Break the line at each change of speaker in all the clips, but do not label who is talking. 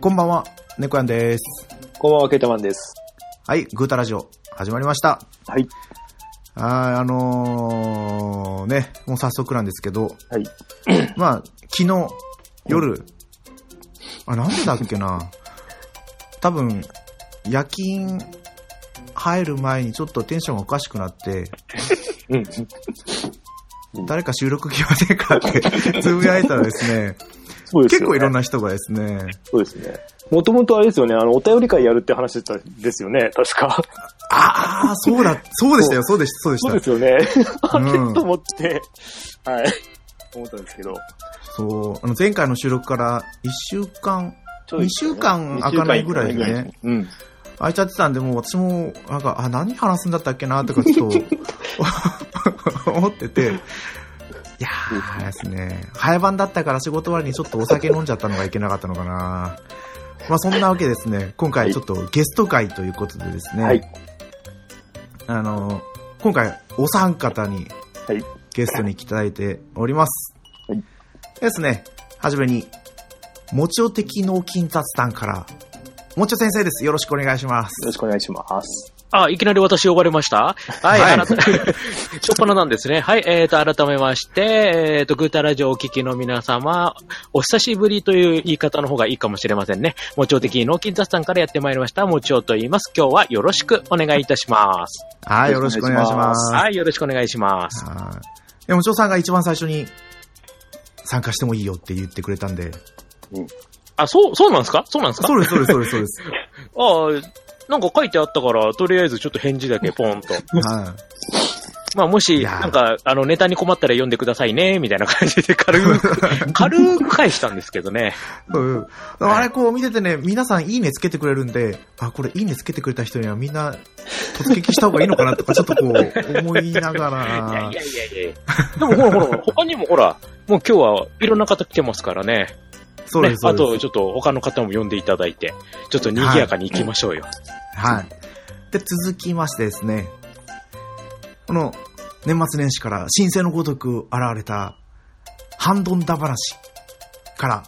こんばんは、猫やんです。
こんばんは、ケータマンです。
はい、グータラジオ、始まりました。
は
は
い。
い、あのー、ね、もう早速なんですけど、
はい。
まあ、昨日、夜、あ、なんでだっけな、多分、夜勤入る前にちょっとテンションがおかしくなって、
うん。
誰か収録来ませんかって、つぶやいたらですね、
そうですよ、
結
ね。
構いろん
な。
な人がですね、
そうですね。もともとあれですよね、あの、お便り会やるって話してたんですよね、確か。
あー、そうだ、そうでしたよ、そうでした、そうで
そうで
し
すよね。
た。うん
と思って、はい。思ったんですけど。
そう、あの前回の収録から1週間、
ちょいですよ
二週間開かないぐらいでね。
二週間開かないぐらいです
空いちゃってたんで、もう私も、なんか、あ、何話すんだったっけな、とかちょっと、思って て、いやー、ですね、早番だったから仕事終わりにちょっとお酒飲んじゃったのがいけなかったのかな。まあそんなわけですね、今回ちょっとゲスト会ということでですね、
はい
あの、今回お三方に
はい
ゲストに来ていただいております。
はい
ですね、はじめに、もちお的脳筋雑談から、もちお先生です。よろしくお願いしま
うん。よ
す。
ろしくお願いします。
あ、いきなり私呼ばれましたはい、
はい
あなた、 しょっぱななんですね。はい、えーと、改めまして、えーと、グータラジオをお聞きの皆様、お久しぶりという言い方の方がいいかもしれませんね。もちお的脳筋雑談からやってまいりました、もちおと言います。今日はよろしくお願いいたします。
はい、よろしくお願いします。
はい、よろしくお願いします。
はい。でも、長さんが一番最初に、参加してもいいよって言ってくれたんで。
あ、そう、そうなんですかそうなんですか
そうです、そうです、そうです、そうです。
あーなんか書いてあったから、とりあえずちょっと返事だけポンと。
は
まあもし、
いやー
なんか、あの、ネタに困ったら読んでくださいね、みたいな感じで軽 く、軽く返したんですけどね。
い。うん。あれ、こう見ててね、皆さんいいねつけてくれるんで、あ、これいいねつけてくれた人にはみんな突撃した方がいいのかなとか、ちょっとこう、思いなが
いや
ら
い、やい やいやでもほらほら、他にもほら、もう今日はいろんな方来てますからね。
そうです、
ね
そ
あ
うです。
と、ちょっと他の方も呼んでいただいて、ちょっと賑やかに行きましょうよ。
はい。で、続きましてですね、この、年末年始から、新生のごとく現れた、ハンドンダ話から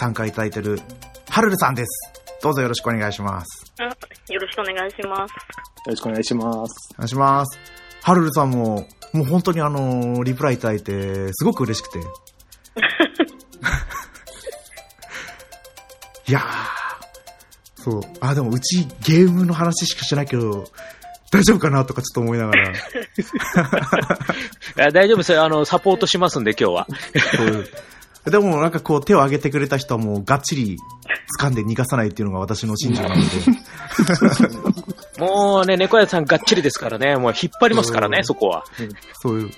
参加いただいてる、ハルルさんです。どうぞよろしくお願いします。
よろしくお願いします。
よろしくお願いします。
お願いします。ハルルさんも、もう本当にあのーリプライいただいて、すごく嬉しくて。いやー、そう。あ、でもうちゲームの話しかしないけど、大丈夫かなとかちょっと思いながら。
あ大丈夫ですよ。あの、サポートしますんで、今日は。
そうでもなんかこう手を挙げてくれた人はもうがっちり掴んで逃がさないっていうのが私の信条なので。
もうね、猫屋さんがっちりですからね。もう引っ張りますから
う
ね、
ん
そこは。
そういう、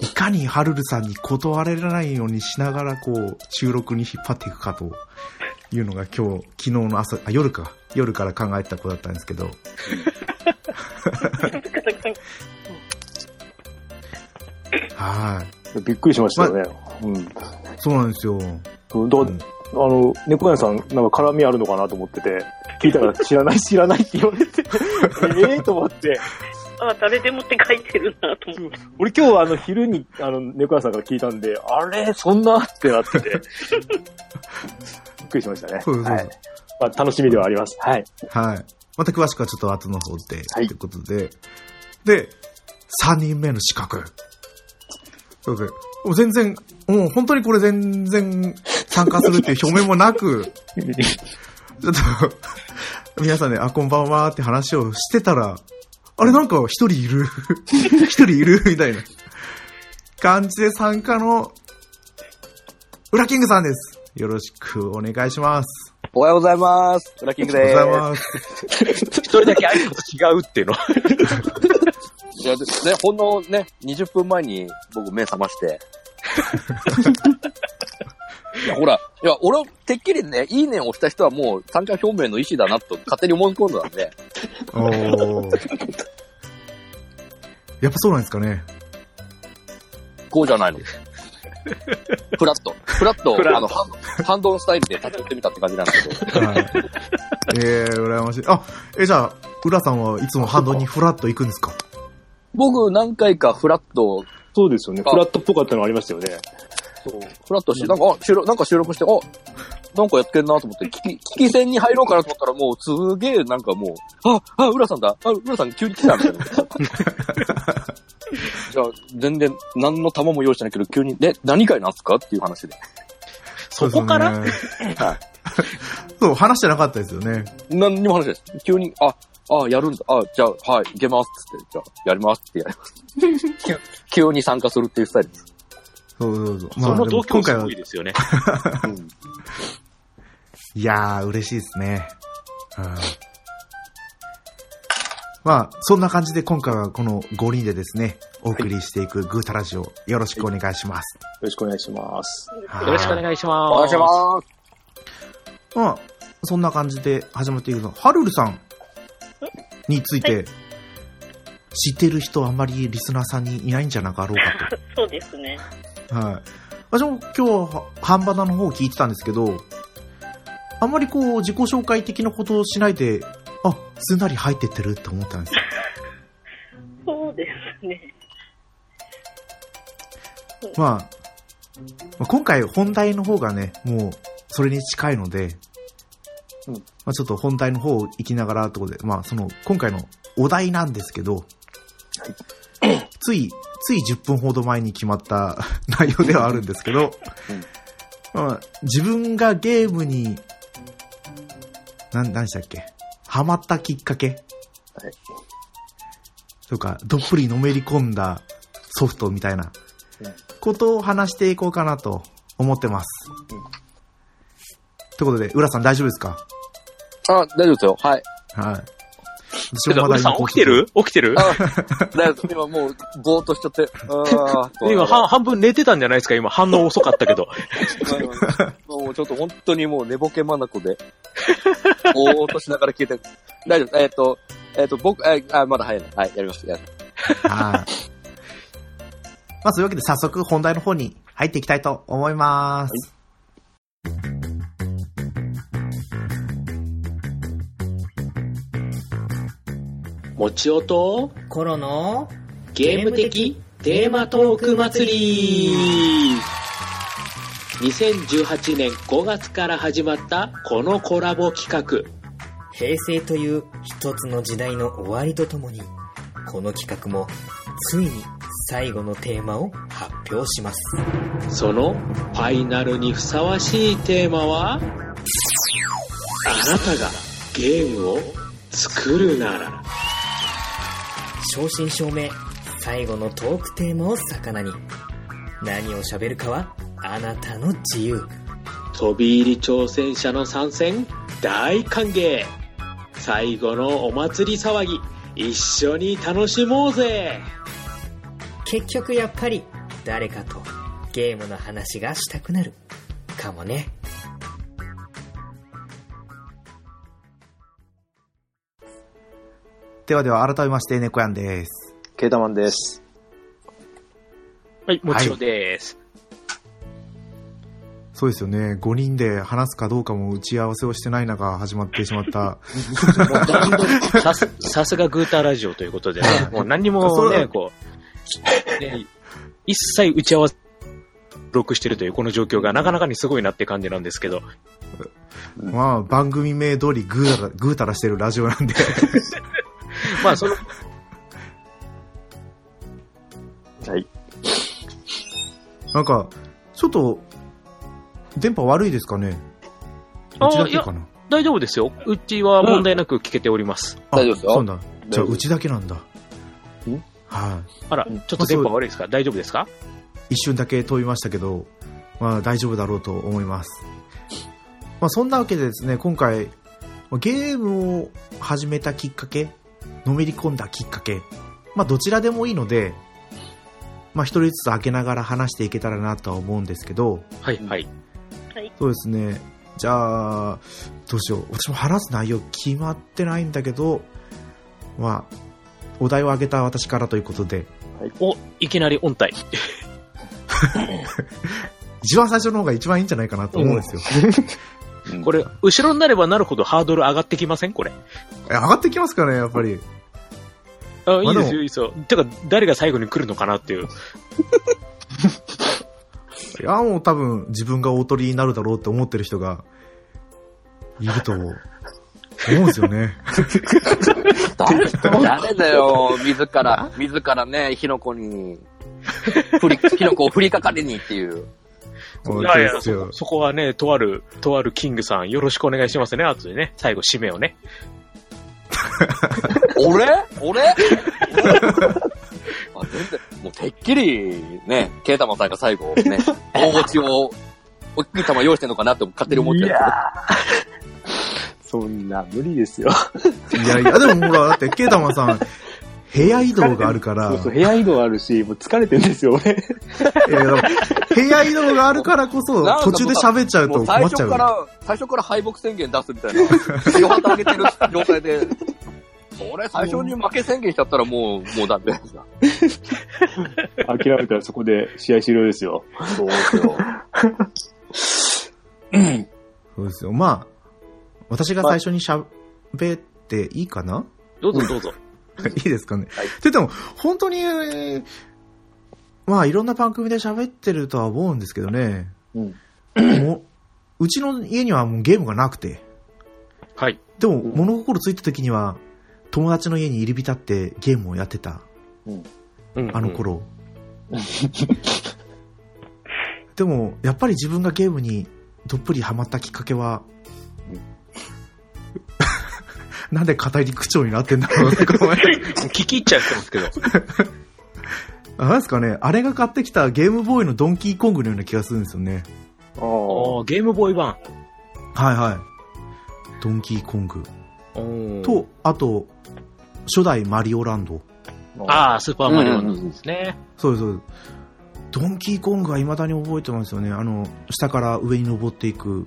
いかにハルルさんに断られないようにしながら、こう、収録に引っ張っていくかというのが今日、昨日の朝、あ、夜か。夜から考えてたことだったんですけど。はい。
びっくりしましたよね。
そうなんですよ。
うん。どう、
うん
あの、猫屋さん、なんか絡みあるのかなと思ってて、聞いたら知らない、知らないって言われ て、ええと思って、
あ、誰でもって書いてるなと思って。
俺今日あの昼にあの猫屋さんから聞いたんで、あれそんなってなってて。びっくりしましたね。
そうそうそう
はいまあ、楽しみではあります。 はい。
はい。また詳しくはちょっと後の方で、
はい
ということで。で、3人目の資格。そうです。もう全然、もう本当にこれ全然参加するっていう表明もなく、ちょっと、皆さんね、あ、こんばんはって話をしてたら、あれなんか一人いる。一人いるみたいな感じで参加の、ウラキングさんです。よろしくお願いします。
おはようございます。ブラキング
おは
で
ようございます。
一人だけ挨拶違うっていう のは。
す。いやでね、ほんのね、20分前に僕目覚まして。 いや、ほら、いや、俺、てっきりね、いいねを押した人はもう参加表明の意思だなと勝手に思い込んだんで、
おお。やっぱそうなんですかね。
こうじゃないの。フラット。フラット、
フラット
あの、ハンハンドンスタイルで立ち寄ってみたって感じなんだけど。
はい。えー、羨ましい。あ、え、じゃあ、浦さんはいつもハンドにフラッと行くんですか
僕、何回かフラット、
そうですよね。
あ
フラットっぽかったのありましたよね。
そうフラットして、なんか、あ収録、なんか収録して、あ、なんかやってんなと思って、聞き、聞き戦に入ろうかなと思ったら、もう、すげえ、なんかもう、あ、あ、浦さんだ、あ、浦さん急に来た、みた いな。じゃあ、全然、何の弾も用意してないけど、急に、で、何会なんすかっていう話で。
そこから
そうですねそう、話してなかったですよね。
何にも話です。急に、あ、あ、やるんだ、あ、じゃあ、はい、いけます、つって、じゃあ、やりますってやり ます。急急に参加するっていうスタイルです。
そうそうそう。
その
でも
同居
今
す
回は
ごい、ですよね。
いやー、嬉しいですね。うん。まあ、そんな感じで今回はこの5人でですね、お送りしていくグータラジオ、よろしくお願いします。
ろしくお願いします。
は
よろしくお願いします。
お願いします。
まあ、そんな感じで始まっていくの。ハルルさんについて、知ってる人あんまりリスナーさんにいないんじゃなかろうか
そうですね。
と。はい。私も今日、半端なの方を聞いてたんですけど、あんまりこう、自己紹介的なことをしないで、あ、すんなり入ってってるって思ったんですよ。
そうですね。
まあ、まあ今回本題の方がね、もう、それに近いので、
うん
まあちょっと本題の方を行きながらってことで、まあその、今回のお題なんですけど、つい、つい10分ほど前に決まった 内容ではあるんですけど、まあ、自分がゲームに、なん、何でしたっけハマったきっかけ
はい
とか、どっぷりのめり込んだソフトみたいなことを話していこうかなと思ってます。ということで、浦さん大丈夫ですか
あ、大丈夫ですよ。はい。
はい。
てか、
私もまだ
ウルさん起きてる起きてる
あ、大丈夫です。今もう、ぼーっとしちゃって。あー
今半、半分寝てたんじゃないですか今、反応遅かったけど。
もうちょっと本当にもう寝ぼけまなこで、ぼーっとしながら聞いて、大丈夫、えっ、と、えっ、と、僕、えーあ、まだ早いな。はい、やりました。やりまし
はい。まあ、そういうわけで早速本題の方に入っていきたいと思います。
もちおと、
コロの
ゲーム的テーマトーク祭り2018年5月から始まったこのコラボ企画
平成という一つの時代の終わりとともにこの企画もついに最後のテーマを発表します
そのファイナルにふさわしいテーマはあなたがゲームを作るなら
正真正銘最後のトークテーマを魚に何を喋るかはあなたの自由
飛び入り挑戦者の参戦大歓迎最後のお祭り騒ぎ一緒に楽しもうぜ
結局やっぱり誰かとゲームの話がしたくなるかもね
ではでは改めまして、猫やんです。
ーケータマンです。
はい
もちろん
です、
そうですよね。5人で話すかどうかも打ち合わせをしてない中始まってしま った。
さす さすがグータラジオという ことでね、もう何に
そ
も
れ
ね、こう、ね、一切打ち合わせ、録してるというこの状況がなかなかにすごいなって感じなんですけど、
まあ、番組名通りぐーたら、ぐーたらしてるラジオなんで。
まあその、
はい。
なんか、ちょっと、電波悪いですかね
あー
うちだけかな
大丈夫ですよ。うちは問題なく聞けております。
あ
大丈夫ですよ
そうなんだ。じゃあ、
大丈夫
うちだけなんだ。はい。
あら、ちょっと電波悪いですか大丈夫ですか
一瞬だけ飛びましたけど、まあ、大丈夫だろうと思います、まあ、そんなわけでですね今回ゲームを始めたきっかけのめり込んだきっかけ、まあ、どちらでもいいので、まあ、一人ずつ開けながら話していけたらなとは思うんですけど
はい、はい。
そうですねじゃあどうしよう私も話す内容決まってないんだけど、まあ、お題を挙げた私からということで
お、いきなり音体。
一番最初の方が一番いいんじゃないかなと思うんですよ、
これ、後ろになればなるほどハードル上がってきませんこれ。
え上がってきますかね、やっぱり。
あ、いいで
まあ
す
で
よ、いいですよ。てか、誰が最後に来るのかなっていう。
いや、もう多分自分が大鳥になるだろうって思ってる人がいると思うんですよ ね。
誰誰だよ、自ら、自らね、火の粉に、ふり、火の粉を振りかかりにっていう。
この
いやいや
ケースよ
そこはね、とある、とあるキングさん、よろしくお願いしますね、あとでね。最後、締めをね。
俺 俺あ全然、もうてっきり、ね、ケイタマさんが最後、ね、大餅を、おっきい玉用意してんのかなって勝手に思って
い
る
や。そんな無理ですよ。
いやいや、でもほら、だって、ケータマさん、部屋移動があるから、
そうそう、部屋移動あるし、もう疲れてるんですよ、俺。
いやいやだから部屋移動があるからこそ
なん、か
途中で喋っちゃう
も
と
う最
困っちゃ
初
う
か
よね。
ら、最初から敗北宣言出すみたいな、両旗上げてる状態で、それ最初に負け宣言しちゃったらもう、もうダメですよ。
諦めたらそこで試合終了ですよ。
そうですよ。
そうですよ。まあ、私が最初に喋っていいかな
どうぞどうぞ。
いいですかね。
はい
って言っても、本当に、えーまあ、いろんな番組で喋ってるとは思うんですけどね。
うん
もううちの家にはもうゲームがなくて。
はい。
でも、
ん
物心ついた時には、友達の家に入り浸ってゲームをやってた、
うん
あの。頃。 でも、やっぱり自分がゲームにどっぷりハマったきっかけは、 なんで語り口調になってんだろうな、この前
聞き入っちゃってますけど。
あなんですかね、あれが買ってきたゲームボーイのドンキーコングのような気がするんですよね。
あ
おーゲームボーイ版。
はいはい。ドンキーコング。
おー
と、あと、初代マリオランド。
ああ、スーパーマリオなんですね。
そうです、そうです。ドンキーコングは未だに覚えてますよね。あの、下から上に登っていく。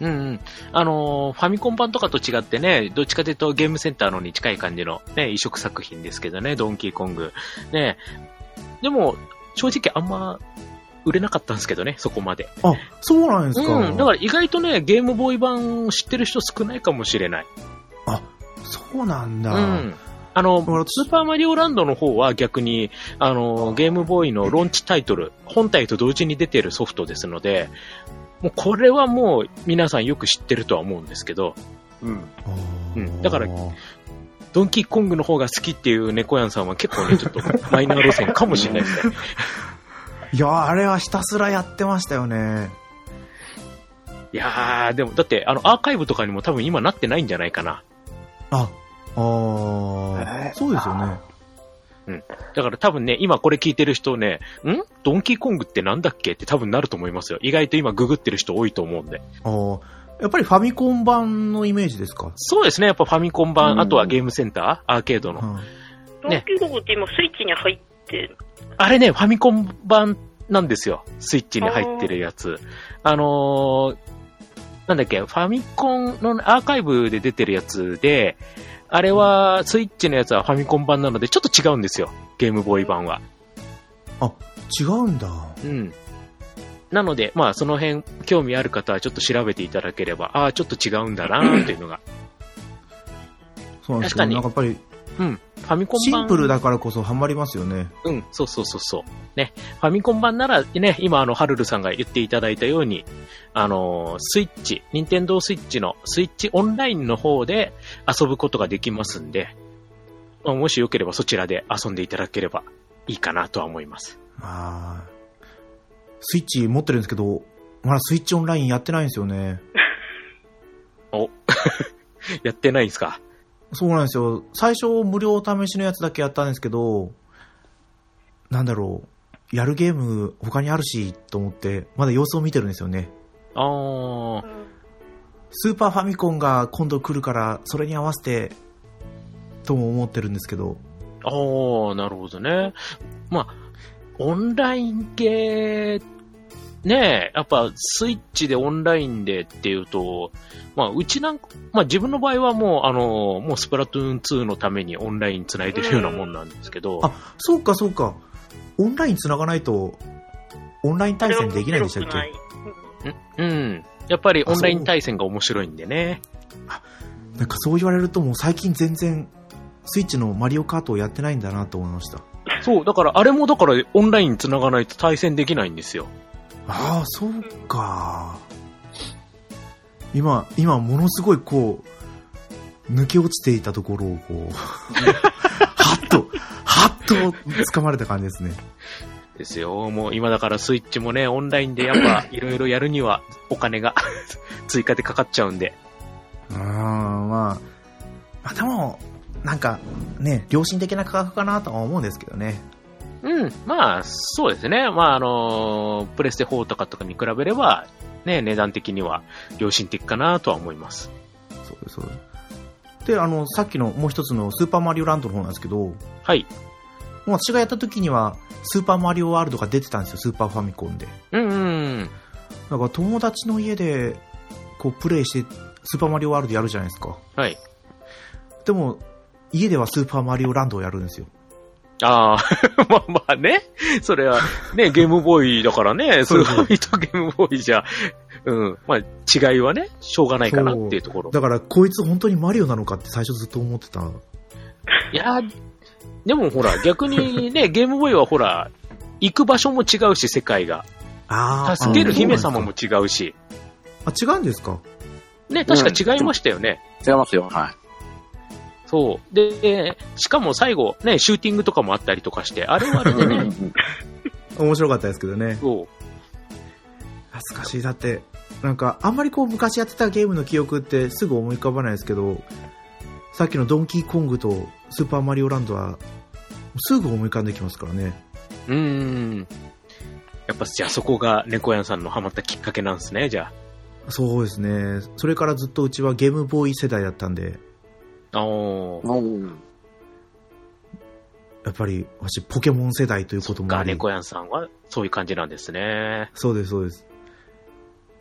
うんうん。あのーファミコン版とかと違ってね、どっちかというとゲームセンターのに近い感じのね、移植作品ですけどね、ドンキーコング。ね。でも、正直あんま売れなかったんですけどね、そこまで。
あ、そうなんですか。
うん。だから意外とね、ゲームボーイ版知ってる人少ないかもしれない。
そうなんだ。
うん。あの、
俺
スーパーマリオランドの方は逆に、あの、ゲームボーイのローンチタイトル、本体と同時に出てるソフトですので、もうこれはもう皆さんよく知ってるとは思うんですけど、
あー
うんだからドンキーコングの方が好きっていう猫やんさんは結構ね、ちょっとマイナー路線かもしれない ですね。
いやーあれはひたすらやってましたよね。
いやー、でもだってあのアーカイブとかにも多分今なってないんじゃないかな。
あ、あー、
えー
そうですよね。
だから多分ね、今これ聞いてる人ね、んドンキーコングってなんだっけって多分なると思いますよ。意外と今ググってる人多いと思うんで。
あーやっぱりファミコン版のイメージですか。
そうですね、やっぱファミコン版、
うん
あとはゲームセンター、アーケードの。
はい
ドンキーコングって今スイッチに入って、
あれね、ファミコン版なんですよ。スイッチに入ってるやつ。あのー、なんだっけ、ファミコンのアーカイブで出てるやつで、あれは、スイッチのやつはファミコン版なので、ちょっと違うんですよ。ゲームボーイ版は。
違うんだ。
うん。なので、まあ、その辺、興味ある方はちょっと調べていただければ、ああ、ちょっと違うんだなっていうのが。
そうなんですけ
確か
ど、
に
なんかやっぱり
うん。ファミコン
シ
版。
ンプルだからこそハマりますよね。
うん、そうそうそうそう。ね、ファミコン版ならね、今あの、ハルルさんが言っていただいたように、あのースイッチ、ニンテンドースイッチの、スイッチオンラインの方で遊ぶことができますんで、まあもしよければそちらで遊んでいただければいいかなとは思います。
あースイッチ持ってるんですけど、まだスイッチオンラインやってないんですよね。
やってないんすか
そうなんですよ。最初無料お試しのやつだけやったんですけど、なんだろう。やるゲーム他にあるし、と思って、まだ様子を見てるんですよね。
あー、
スーパーファミコンが今度来るから、それに合わせて、とも思ってるんですけど。
あー、なるほどね。まあ、オンライン系、ねえ、やっぱスイッチでオンラインでっていうと、まあうちなんか、まあ自分の場合はもうあの、もうスプラトゥーン2のためにオンライン繋いでるようなもんなんですけど、
あそうか、そうか。オンライン繋がないと、オンライン対戦できないんでしたっ
それは
け
面白くない
うん。やっぱりオンライン対戦が面白いんでね。
なんかそう言われるともう最近全然、スイッチのマリオカートをやってないんだなと思いました。
そう、だからあれもだからオンライン繋がないと対戦できないんですよ。
ああ、そうか。今、今、ものすごいこう、抜け落ちていたところをこ う、はっと、はっと掴まれた感じですね。
ですよ。もう今だからスイッチもね、オンラインでやっぱいろいろやるにはお金が 追加でかかっちゃうんで。
うーん、まあ、まあでも、なんかね、良心的な価格かなとは思うんですけどね。
うん。まあ、そうですね。まあ、あのプレステ4とかとかに比べれば、ね、値段的には良心的かなとは思います。
そうですそうです。で、あの、さっきのもう一つのスーパーマリオランドの方なんですけど、も
はい。
う私がやった時には、スーパーマリオワールドが出てたんですよ、スーパーファミコンで。
うんうん。
だから友達の家で、こう、プレイして、スーパーマリオワールドやるじゃないですか。
はい。
でも、家ではスーパーマリオランドをやるんですよ。
ああ、 まあまあね。それは、 ね、ゲームボーイだからね、ス
そう
ー
そう
パーミとゲームボーイじゃ、うん。まあ、違いはね、しょうがないかなっていうところ。
だから、こいつ本当にマリオなのかって最初ずっと思ってた。
いやー、でもほら、 逆にね、ゲームボーイはほら、行く場所も違うし、世界が。
あー
助ける姫様。
あ
も
ー
違うし。
そうなんですかあ、違うんです
ね、確か違いましたよね。
違いますよ。はい。
そう。で、しかも最後、ね、シューティングとかもあったりとかして、あれはあれで ね、
か面白かったですけどね。
そう。
懐かしい。だって、なんか、あんまりこう、昔やってたゲームの記憶ってすぐ思い浮かばないですけど、さっきのドンキーコングとスーパーマリオランドは、すぐ思い浮かんできますからね。
うーん。やっぱ、じゃあそこが猫屋さんのハマったきっかけなんですね、じゃ
そうですね。それからずっとうちはゲームボーイ世代だったんで、
あ。おー。
やっぱり私ポケモン世代ということもあ
が、
り。
猫屋さんはそういう感じなんですね。
そうです、そうです。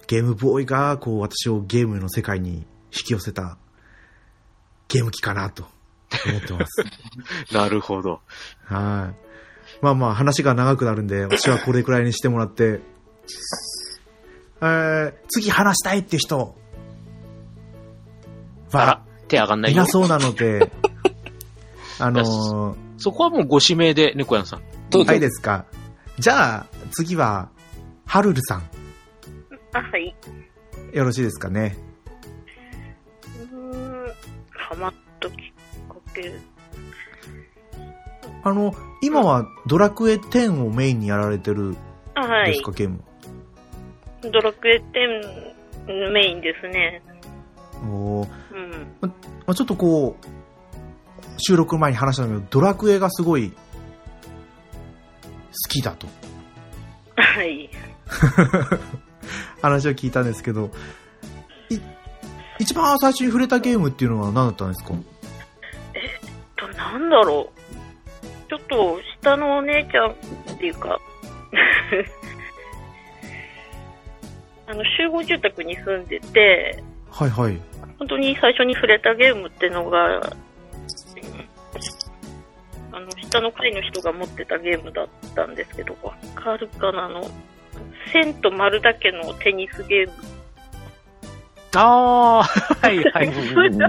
ゲームボーイが、こう、私をゲームの世界に引き寄せたゲーム機かなと思ってます。
なるほど。
はい。まあまあ、話が長くなるんで、私はこれくらいにしてもらって、えー、次話したいって人
あら
は、、
手上がんない
い
よ
な。そうなので、あのー、
そこはもうご指名で、猫屋さん。
どう
はい
ぞ。
ですか。じゃあ、次は、ハルルさん。
あ、はい。
よろしいですかね。
うーん、ハマったきっかけ。
あの、今はドラクエ10をメインにやられてる
あ、は
です
い
か、。ゲーム。
ドラクエ10メインですね。
おー
うん。
まあ、ちょっとこう、収録前に話したんだけど、ドラクエがすごい、好きだと。
はい。
話を聞いたんですけど、い一番最初に触れたゲームっていうのは何だったんですか
と、なんだろう。ちょっと、下のお姉ちゃんっていうか、 あの、集合住宅に住んでて、
はいはい。
本当に最初に触れたゲームってのが、あの、下の階の人が持ってたゲームだったんですけど、わかるかなあの、千と丸だけのテニスゲーム。
ああ、はいはい。
うんうん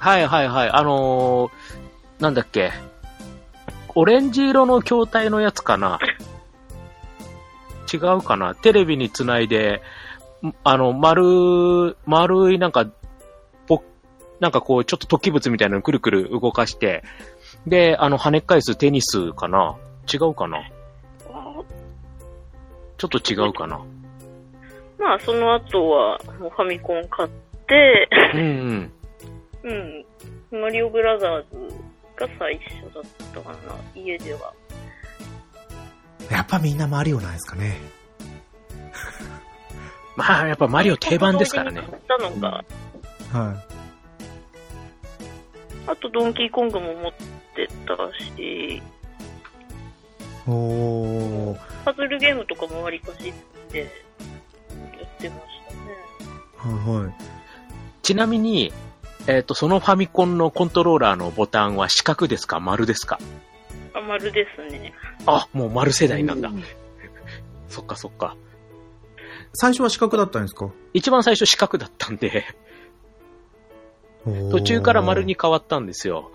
はいはいはい。あのー、なんだっけ。オレンジ色の筐体のやつかな。違うかな。テレビにつないで、んあの、丸、丸いなんか、ぼなんかこう、ちょっと突起物みたいなのをくるくる動かして、で、あの、跳ね返すテニスかな。違うかな。
あ
ちょっと違うかな。
まあ、その後は、もうファミコン買って、
うんうん。
うん。マリオブラザーズが最初だったかな、家では。
やっぱみんなマリオなんですかね。
まあ、やっぱマリオ定番ですからね。
買ったのが、
は
あとドンキーコングも持ってたし、
い。おー。
パズルゲームとかも割りかしでやってましたね。
はいはい。
ちなみに、えっ、と、そのファミコンのコントローラーのボタンは四角ですか丸ですか
あ、丸ですね。
あ、もう丸世代なんだ。そっかそっか。
最初は四角だったんですか
一番最初四角だったんで、
おー
途中から丸に。変わったんですよ。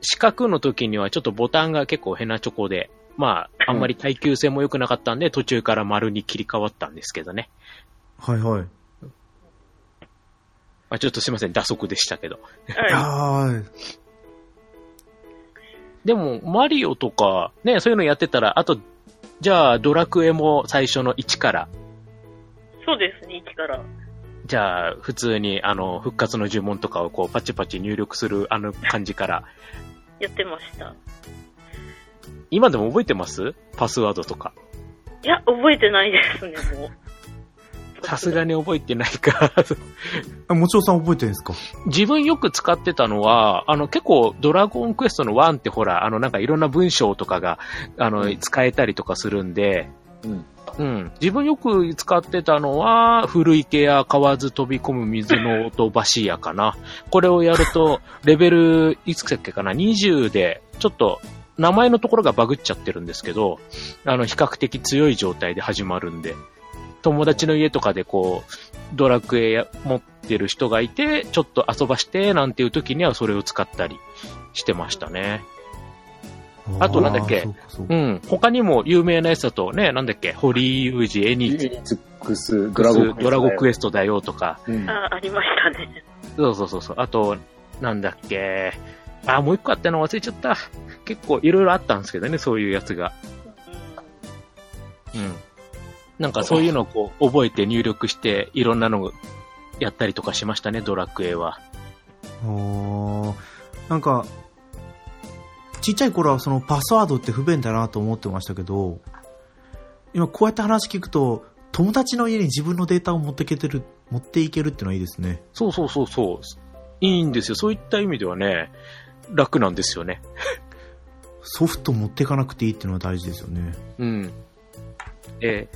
四角の時にはちょっとボタンが結構ヘナチョコで、まあ、あんまり耐久性も良くなかったんで、途中から丸に切り替わったんですけどね。
はいはい。
まあ、ちょっとすいません、打足でしたけど。
は
あ
でも、マリオとか、ね、そういうのやってたら、あと、じゃあ、ドラクエも最初の1から、
い。そうですね、1から。
じゃあ、普通に、あの、復活の呪文とかをこう、パチパチ入力するあの感じから、
やってました。
今でも覚えてますパスワードとか。
いや、覚えてないですね、もう。
さすがに覚えてないから。
あ。もちろさん覚えてるんですか
自分よく使ってたのは、あの、結構、ドラゴンクエストの1ってほら、あの、なんかいろんな文章とかが、あの、使えたりとかするんで、
うん。
うん。自分よく使ってたのは、古池や河津飛び込む水の音橋やかな。これをやると、レベル、いつだっけかな、20で、ちょっと、名前のところがバグっちゃってるんですけど、あの、比較的強い状態で始まるんで、友達の家とかでこう、ドラクエや持ってる人がいて、ちょっと遊ばして、なんていう時にはそれを使ったりしてましたね。あとなんだっけ
あーそうかそう
う
か
ん。他にも有名なやつだとね、なんだっけ、堀井雄二、エニー
ックス、
ドラゴンドラゴンク
エ
エストだよとか、
あ、ありましたね。
そうそうそうそう、あと、なんだっけ、あ、もう一個あったの忘れちゃった。結構いろいろあったんですけどね、そういうやつが。うん。なんかそういうのをこう覚えて入力して、いろんなのをやったりとかしましたね、ドラクエは。
ああ、なんか、ちっちゃい頃はそのパスワードって不便だなと思ってましたけど、今こうやって話聞くと、友達の家に自分のデータを持っていけてる、持っていけるってのはいいですね。
そうそうそうそう。いいんですよ。そういった意味ではね、楽なんですよね。
ソフト持っていかなくていいってのは大事ですよね。
うん。で、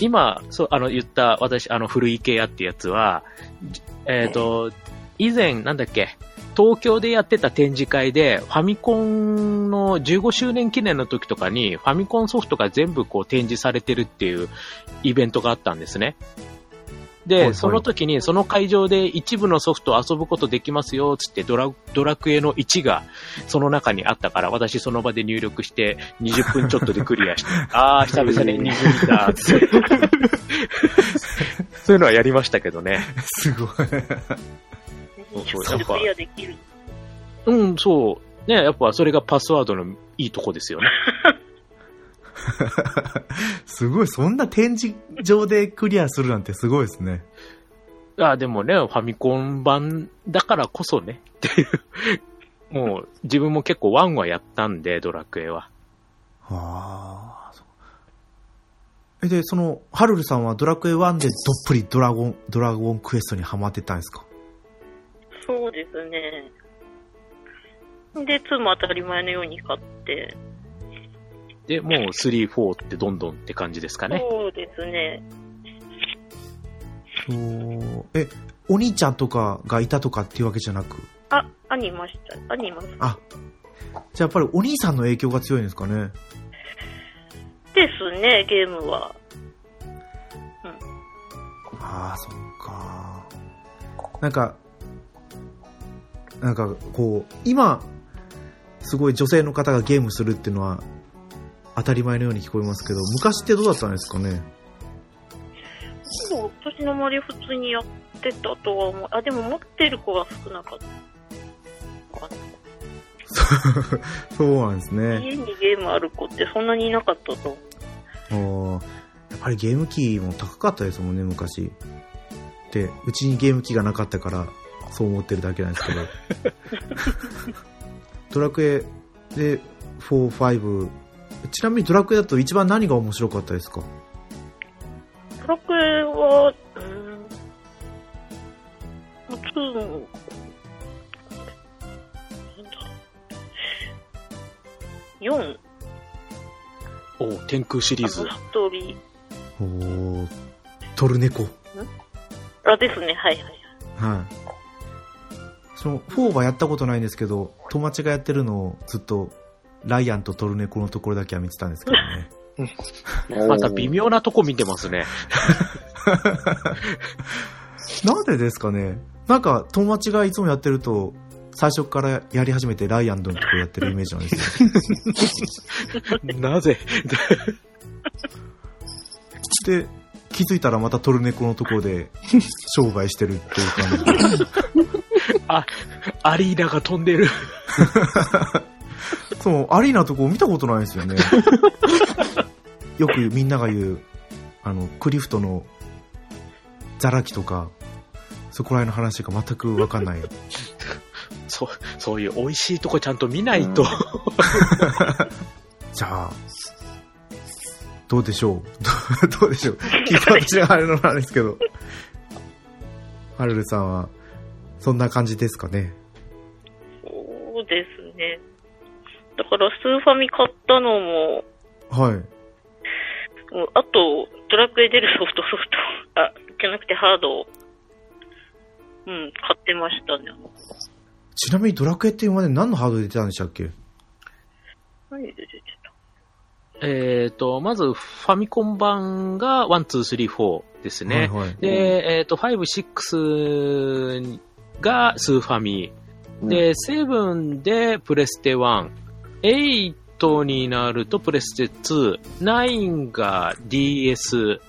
今、そう、あの、言った、私、あの、古池屋ってやつは、じえっ、と、以前、なんだっけ、東京でやってた展示会で、ファミコンの15周年記念の時とかに、ファミコンソフトが全部こう展示されてるっていうイベントがあったんですね。で、
はいはい
その時に、その会場で一部のソフトを遊ぶことできますよ、つってドラ、ドラクエの1がその中にあったから、私その場で入力して、20分ちょっとでクリア して、あー、久々に20だ、つって。 そういうのはやりましたけどね。
すごい。
そうそう
ちょっとクリアできる。
うん、そう。ね、やっぱそれがパスワードのいいとこですよね。
すごい、そんな展示場でクリアするなんてすごいですね。
あでもね、ファミコン版だからこそね、っていう。もう、自分も結構ワンはやったんで、ドラクエは。
ああ、そうえ、で、その、ハルルさんはドラクエ1でどっぷりドラゴン、ドラゴンクエストにハマってたんですか
そうですね。で、2も当たり前のように買って。
で、もう3、4ってどんどんって感じですかね。
そうですね。
そうえ、お兄ちゃんとかがいたとかっていうわけじゃなく、
あ、兄いました。兄います。
あ、じゃあやっぱりお兄さんの影響が強いんですかね。
ですね、ゲームは。
ああ、そっか。なんか、なんかこう、今、すごい女性の方がゲームするっていうのは当たり前のように聞こえますけど、昔ってどうだったんですかね。
そう、私の周り普通にやってたとは思う。あ、でも持ってる子が少なかった。
そうなんですね。
家にゲームある子ってそんなにいなかったと思う。
おーやっぱりゲーム機も高かったですもんね、昔。で、うちにゲーム機がなかったから、そう思ってるだけなんです けど。ドラクエで4、5。ちなみにドラクエだと一番何が面白かったですか
ドラクエは、うーん、2も、なんだ、
おう天空シリー
4、
ズ。
ストーリー。
おートルネコ。
あ、ですね、はいはい。
はい。その、4はやったことないんですけど、友達がやってるのをずっと、ライアンとトルネコのところだけは見てたんですけどね。
また微妙なとこ見てますね。
なんでですかねなんか友達がいつもやってると、最初からやり始めてライアンドンとやってるイメージなんですよ。
なぜ
で、気づいたらまたトルネコのところで商売してるっていう感じ。
アリーナが飛んでる。
そう、アリーナのとこ見たことないですよね。よくみんなが言う、あの、クリフトのザラキとか、そこら辺の話が全くわかんない。
そう、そういう美味しいとこちゃんと見ないと。
じゃあ、どうでしょう どうでしょう聞いた私があれのなんですけど。ハルルさんは、そんな感じですかね。
そうですね。だから、スーファミ買ったのも、
はい。
うんあと、ドラクエ出るソフト、ソフト、 あ、じゃなくてハードを、うん、買ってましたね。
ちなみにドラクエって今まで何のハードで出てたんでしたっけ
何で出てた
えっと、まず、ファミコン版が1、2、3、4です
は
ね。
いはい、
で、えっ、と、5、6がスーファミ。で、7でプレステ1。8になるとプレステ2。9が DS。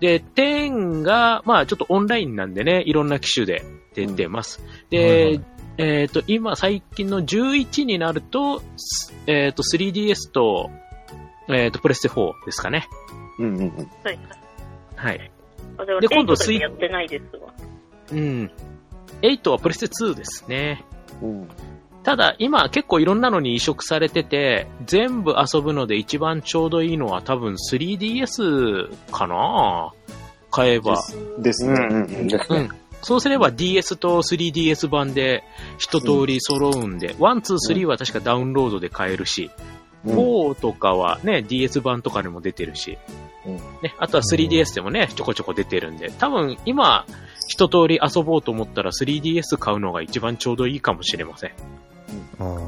で、10が、まあちょっとオンラインなんでね、いろんな機種で出てます。で、
はいはい
えっ、と、今最近の11になると、すえっ、と、3DS と、えっ、と、プレステ4ですかね。
うんうんうん。
はい。
はい。
あ、でも、
で今度スイ
テントだけやってないですわ。
うん。8はプレステ2ですね。
うん。
ただ、今結構いろんなのに移植されてて、全部遊ぶので一番ちょうどいいのは多分 3DS かな買えば。
です
う
ね。
んうん。
うん。そうすれば DS と 3DS 版で一通り揃うんで、1、2、3は確かダウンロードで買えるし、4とかはね、DS 版とかでも出てるし、
うん
ね、あとは 3DS でもね、ちょこちょこ出てるんで、多分今、一通り遊ぼうと思ったら 3DS 買うのが一番ちょうどいいかもしれません。
あー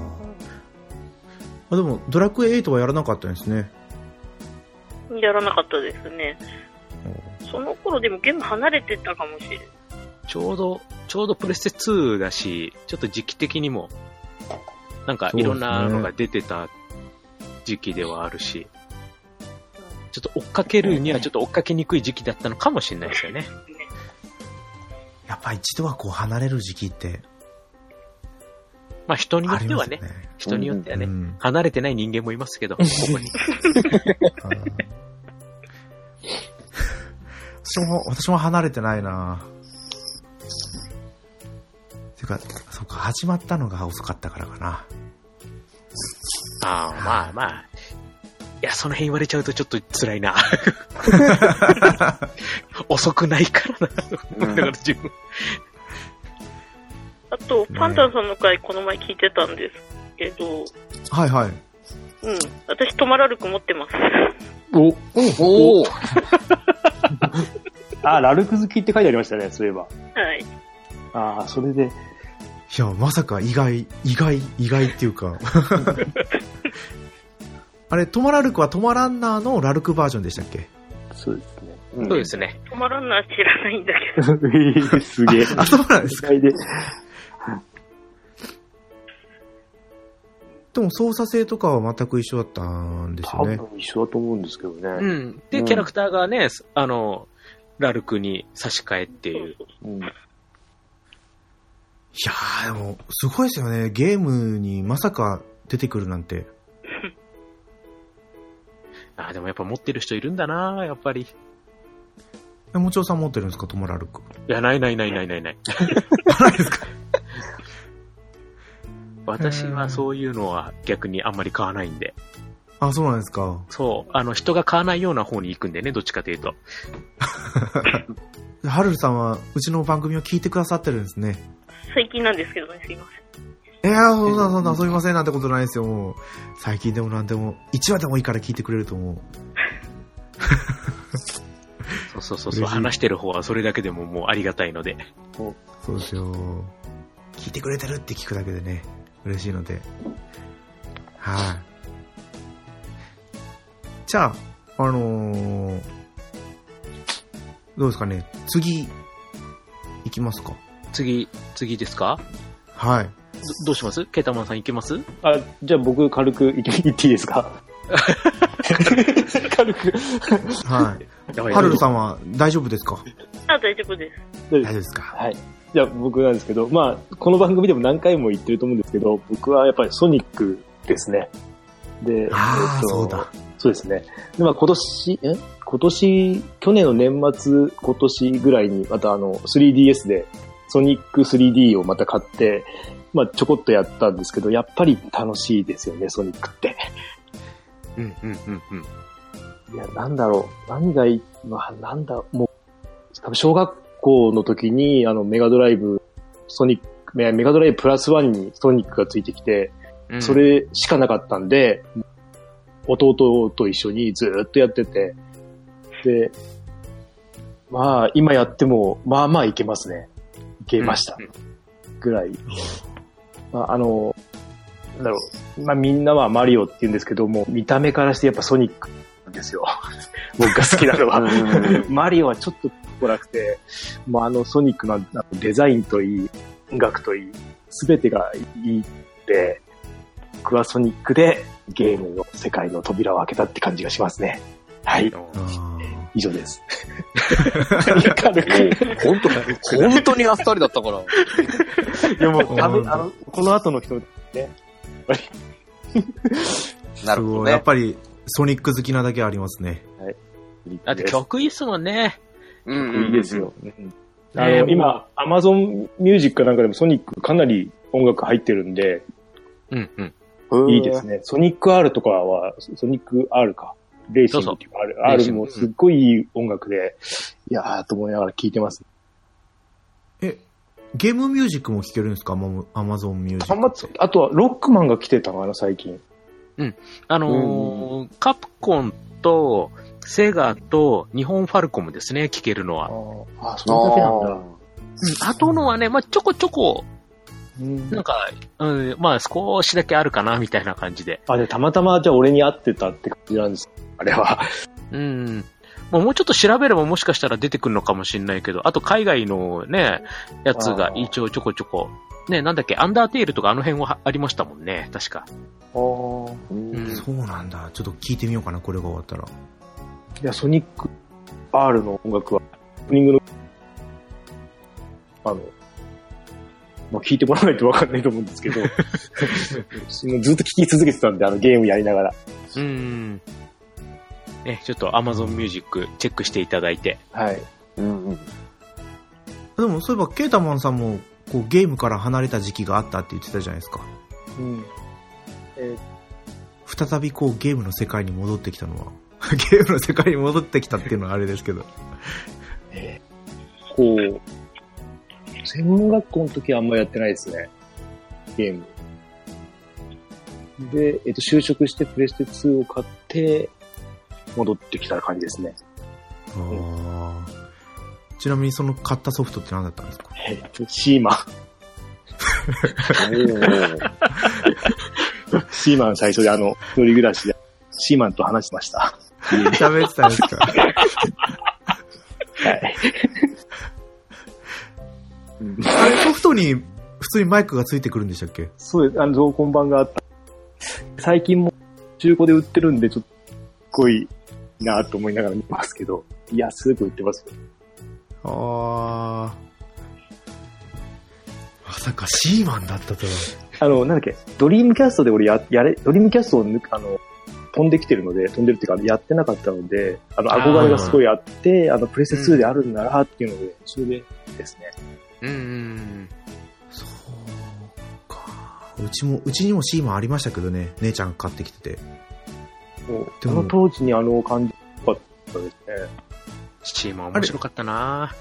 あ。でも、ドラクエ8はやらなかったんですね。
やらなかったですね。その頃でもゲーム離れてたかもしれない。
ちょうど、ちょうどプレステ2だし、ちょっと時期的にも、なんかいろんなのが出てた時期ではあるし、ちょっと追っかけるにはちょっと追っかけにくい時期だったのかもしれないですよね。
やっぱ一度はこう離れる時期って
まあ人によ
あ
っ
り
て
ま
は
すよ
ね、
ね。
人によってはね、
うん
離れてない人間もいますけど、ここに。
あー私も、私も離れてないなてか、そうか、始まったのが遅かったからかな。
ああ、 まあまあ。いや、その辺言われちゃうとちょっと辛 いな。遅くないからな。だから自分。
あと、パンダさんの回この前聞いてたんですけど、
はいはい。
うん、私トマラルク持ってます。
お
おお
あ、ラルク好きって書いてありましたね、そういえば。
はい。
ああ、それで。
いや、まさか意外、意外、意外っていう か。あれ、トマラルクはトマランナーのラルクバージョンでしたっけ
そうですね。
そうですね。
トマランナー知らないんだ けど。
すげえ。
あ、そうなんです
世界で。
でも操作性とかは全く一緒だったんです
多
よね。
分一緒だと思うんですけどね。
うん。
う
で、
ん
キャラクターがね、あの、ラルクに差し替えっていう。
うん。
いやー、でも、すごいですよね。ゲームにまさか出てくるなんて。
ああ、でもやっぱ持ってる人いるんだな、やっぱり。い
えもちろさん持ってるんですか、トマラルク。
や、ないないないないないない。
ないですか
私はそういうのは逆にあんまり買わないんで。
あ、そうなんですか。
そう。あの、人が買わないような方に行くんでね、どっちかというと。
ハルルさんは、うちの番組を聞いてくださってるんですね。
最近なんですけどね、すいま
いやー、そんなそんな、すみませんなんてことないですよ、もう。最近でもなんでも、1話でもいいから聞いてくれると思う。
そうそうそうそう。
嬉しい
話してる方はそれだけでももうありがたいので。
そうですよ。聞いてくれてるって聞くだけでね、嬉しいので。はい、じゃあ、あのー、どうですかね、次、行きますか。
次、次ですか
はい。
どうしますケータマンさん行けます
あ、じゃあ僕軽くい っていっていいです か軽く。
はい。
やば
ハルルさんは大丈夫ですか
あ、大丈夫です。
大丈夫ですか
はい。じゃあ僕なんですけど、まあ、この番組でも何回も言ってると思うんですけど、僕はやっぱりソニックですね。で、
ああ、
えっと
そうだ。
そうですね。で、まあ今年、え今年、去年の年末、今年ぐらいに、またあの、3DS で、ソニック 3D をまた買って、まあちょこっとやったんですけど、やっぱり楽しいですよね、ソニックって。
うんうんうんうん。
いや、なんだろう。何がいい、まあ、なんだ、もう、多分小学校の時に、あの、メガドライブ、ソニック、メメガドライブプラスワンにソニックがついてきて、
うん
そ、れしかなかったんで、弟と一緒にずーっとやってて、で、まあ、今やっても、まあまあいけますね。いけました。ぐらい。まあ、あの、なんだろう。まあ、みんなはマリオって言うんですけども、見た目からしてやっぱソニックなんですよ。 僕が好きなのは。 マリオはちょっと来なくて、もうあのソニックのあのデザインといい、音楽といい、すべてがいいって、僕はソニックでゲームの世界の扉を開けたって感じがしますね。はい、
あ
以上 です。軽く。
本当、本当にあっさりだったから。
いやもう、多
う
分
ん
あの、この後の人、
ー
な
す
るほど
ごい。や
ね
っ。ぱり、ソニック好きなだけありますね。
だって曲いいっすもんね。
うんうん
いいですよ。あ
ねえ
の、今、アマゾンミュージックなんかでもソニックかなり音楽入ってるんで、
うんうん。
うん
いいですね。ソニック R とかは、ソニック R か。レーシングっていうか、R,
レー
R
シング
もすっごいいい音楽で、いやーと思いながら聴いてます。
え、ゲームミュージックも聴けるんですかアマゾンミュージ
あ
ッ
んま
ク。
あとは、ロックマンが来てたかな、最近。
あのーカプコンと、セガと、日本ファルコムですね、聴けるの
あ
は。
あ、それだけなんだ。
うん、あとのはね、まあ、ちょこちょこ、
うん
なんか、うん、まあ、少しだけあるかな、みたいな感じで。
あ、で、たまたま、じゃあ俺に会ってたって感じなんです。あれは。
うん。まあ、もうちょっと調べればもしかしたら出てくるのかもしれないけど、あと海外のね、やつが
あー
一応ちょこちょこ、ね、なんだっけ、アンダーテールとかあの辺はありましたもんね、確か。うん
そうなんだ。ちょっと聞いてみようかな、これが終わったら。
いや、ソニック R の音楽は、オープニングの、あの、まあ、聞いてもらわないとわかんないと思うんです けど、そのずっと聞き続けてたんで、あのゲームやりながら。
うん。ね、ちょっと Amazon Music チェックしていただいて。
はい。
うんうん。
でも、そういえば、ケータマンさんも、こう、ゲームから離れた時期があったって言ってたじゃないですか。
うん。
再びこうゲームの世界に戻ってきたのは ゲームの世界に戻ってきたっていうのはあれですけど
こう、専門学校の時はあんまやってないですね。ゲーム。で、えっと、就職してプレステ2を買って、戻ってきた感じですね。
あーちなみにその買ったソフトって何だったんですか
えっと、シーマン。シーマン最初であの、一人暮らしで、シーマンと話しました。
喋ってたんですか
はい。
あれソフトに普通にマイクがついてくるんでしたっけ
そうです、あの、増根版があった。最近も中古で売ってるんで、ちょっと、すごいなと思いながら見てますけど、いや、すぐ売ってますよ。
あーまさかシーマンだったとは
あの、なんだっけ、ドリームキャストで俺や、やれ、ドリームキャストを抜く、あの、飛んできてるので、飛んでるっていうか、やってなかったので、あの、
あー
憧れがすごいあって、あの、プレステ2であるんだなっていうので、それでですね。
うん。
そうかうちもうちにもシーマンありましたけどね姉ちゃん買ってきてて
もう、
で
そ
も
の当時にあの感じが良かったですね。
チーム面白かったな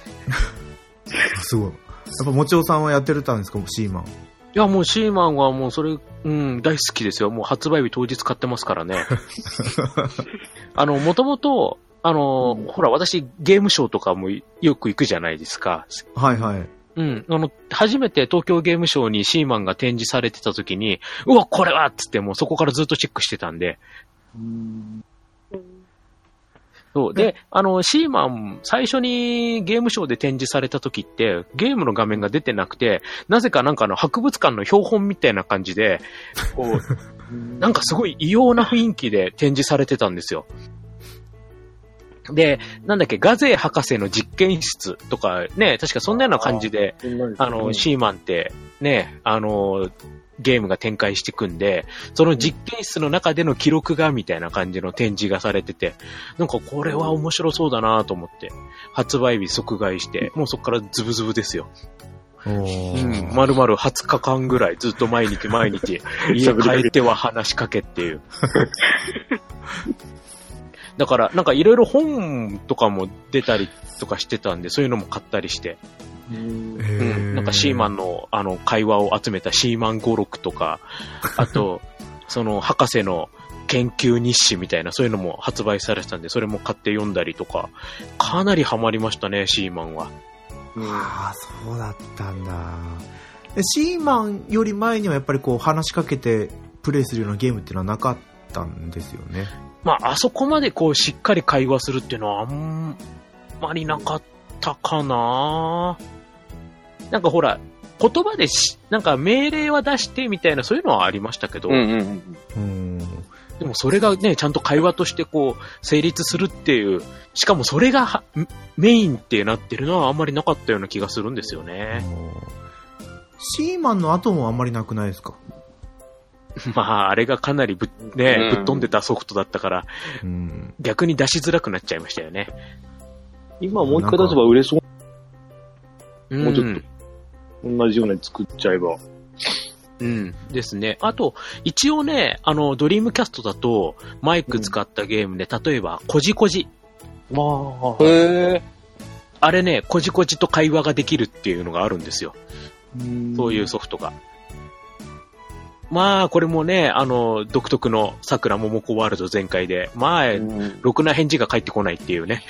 すごいやっぱもちおさんはやってるたんですかシーマン
いや、もうシーマンはもうそれ、うん、大好きですよ。もう発売日当日買ってますからね。あの、もともと、あの、ほら、私、ゲームショーとかもよく行くじゃないですか。
はいはい
うん。あの、初めて東京ゲームショーにシーマンが展示されてた時に、うわ、これはっつって、もうそこからずっとチェックしてたんで、
うん
そう。で、あの、シーマン、最初にゲームショーで展示された時って、ゲームの画面が出てなくて、なぜかなんかあの、博物館の標本みたいな感じで、こう、なんかすごい異様な雰囲気で展示されてたんですよ。で、なんだっけ、ガゼー博士の実験室とかね、確かそんなような感じで、あの、シーマンって、ね、あの、ゲームが展開していくんで、その実験室の中での記録が、みたいな感じの展示がされてて、なんかこれは面白そうだなと思って、発売日即買いして、もうそこからズブズブですよ。うん。まるまる20日間ぐらいずっと毎日毎日、 家帰っては話しかけって いう。だから、なんかいろいろ本とかも出たりとかしてたんで、そういうのも買ったりして、
えー
うん、なんかシーマンのあの会話を集めたシーマン語録と か、あと、その博士の研究日誌みたいな、そういうのも発売されてたんで、それも買って読んだりとか、かなりハマりましたね、シーマンは。
ああ、そうだったんだ。えシーマンより前にはやっぱりこう話しかけてプレイするようなゲームっていうのはなかったんですよね。
まあ、あそこまでこう、しっかり会話するっていうのはあんまりなかったかななんかほら、言葉でし、なんか命令は出してみたいな、そういうのはありましたけど、
うんうんうん。
うん。
でもそれがね、ちゃんと会話としてこう、成立するっていう、しかもそれがはメインってなってるのはあんまりなかったような気がするんですよね。
シーマンの後もあんまりなくないですか、
まあ、あれがかなりぶ,、ね
うん
ぶっ飛んでたソフトだったから、
うん、
逆に出しづらくなっちゃいましたよね。
今もう一回出せば売れそう。
も
うちょっと同じようなやつ作っちゃえば。
うん。ですね。あと、一応ね、あの、ドリームキャストだと、マイク使ったゲームで、例えば、コジコジ。
まあ、。
へえ。
あれね、コジコジと会話ができるっていうのがあるんですよ。そういううソフトが。まあ、これもね、あの、独特の桜桃子ワールド全開で、まあ、ろくな返事が返ってこないっていう ね。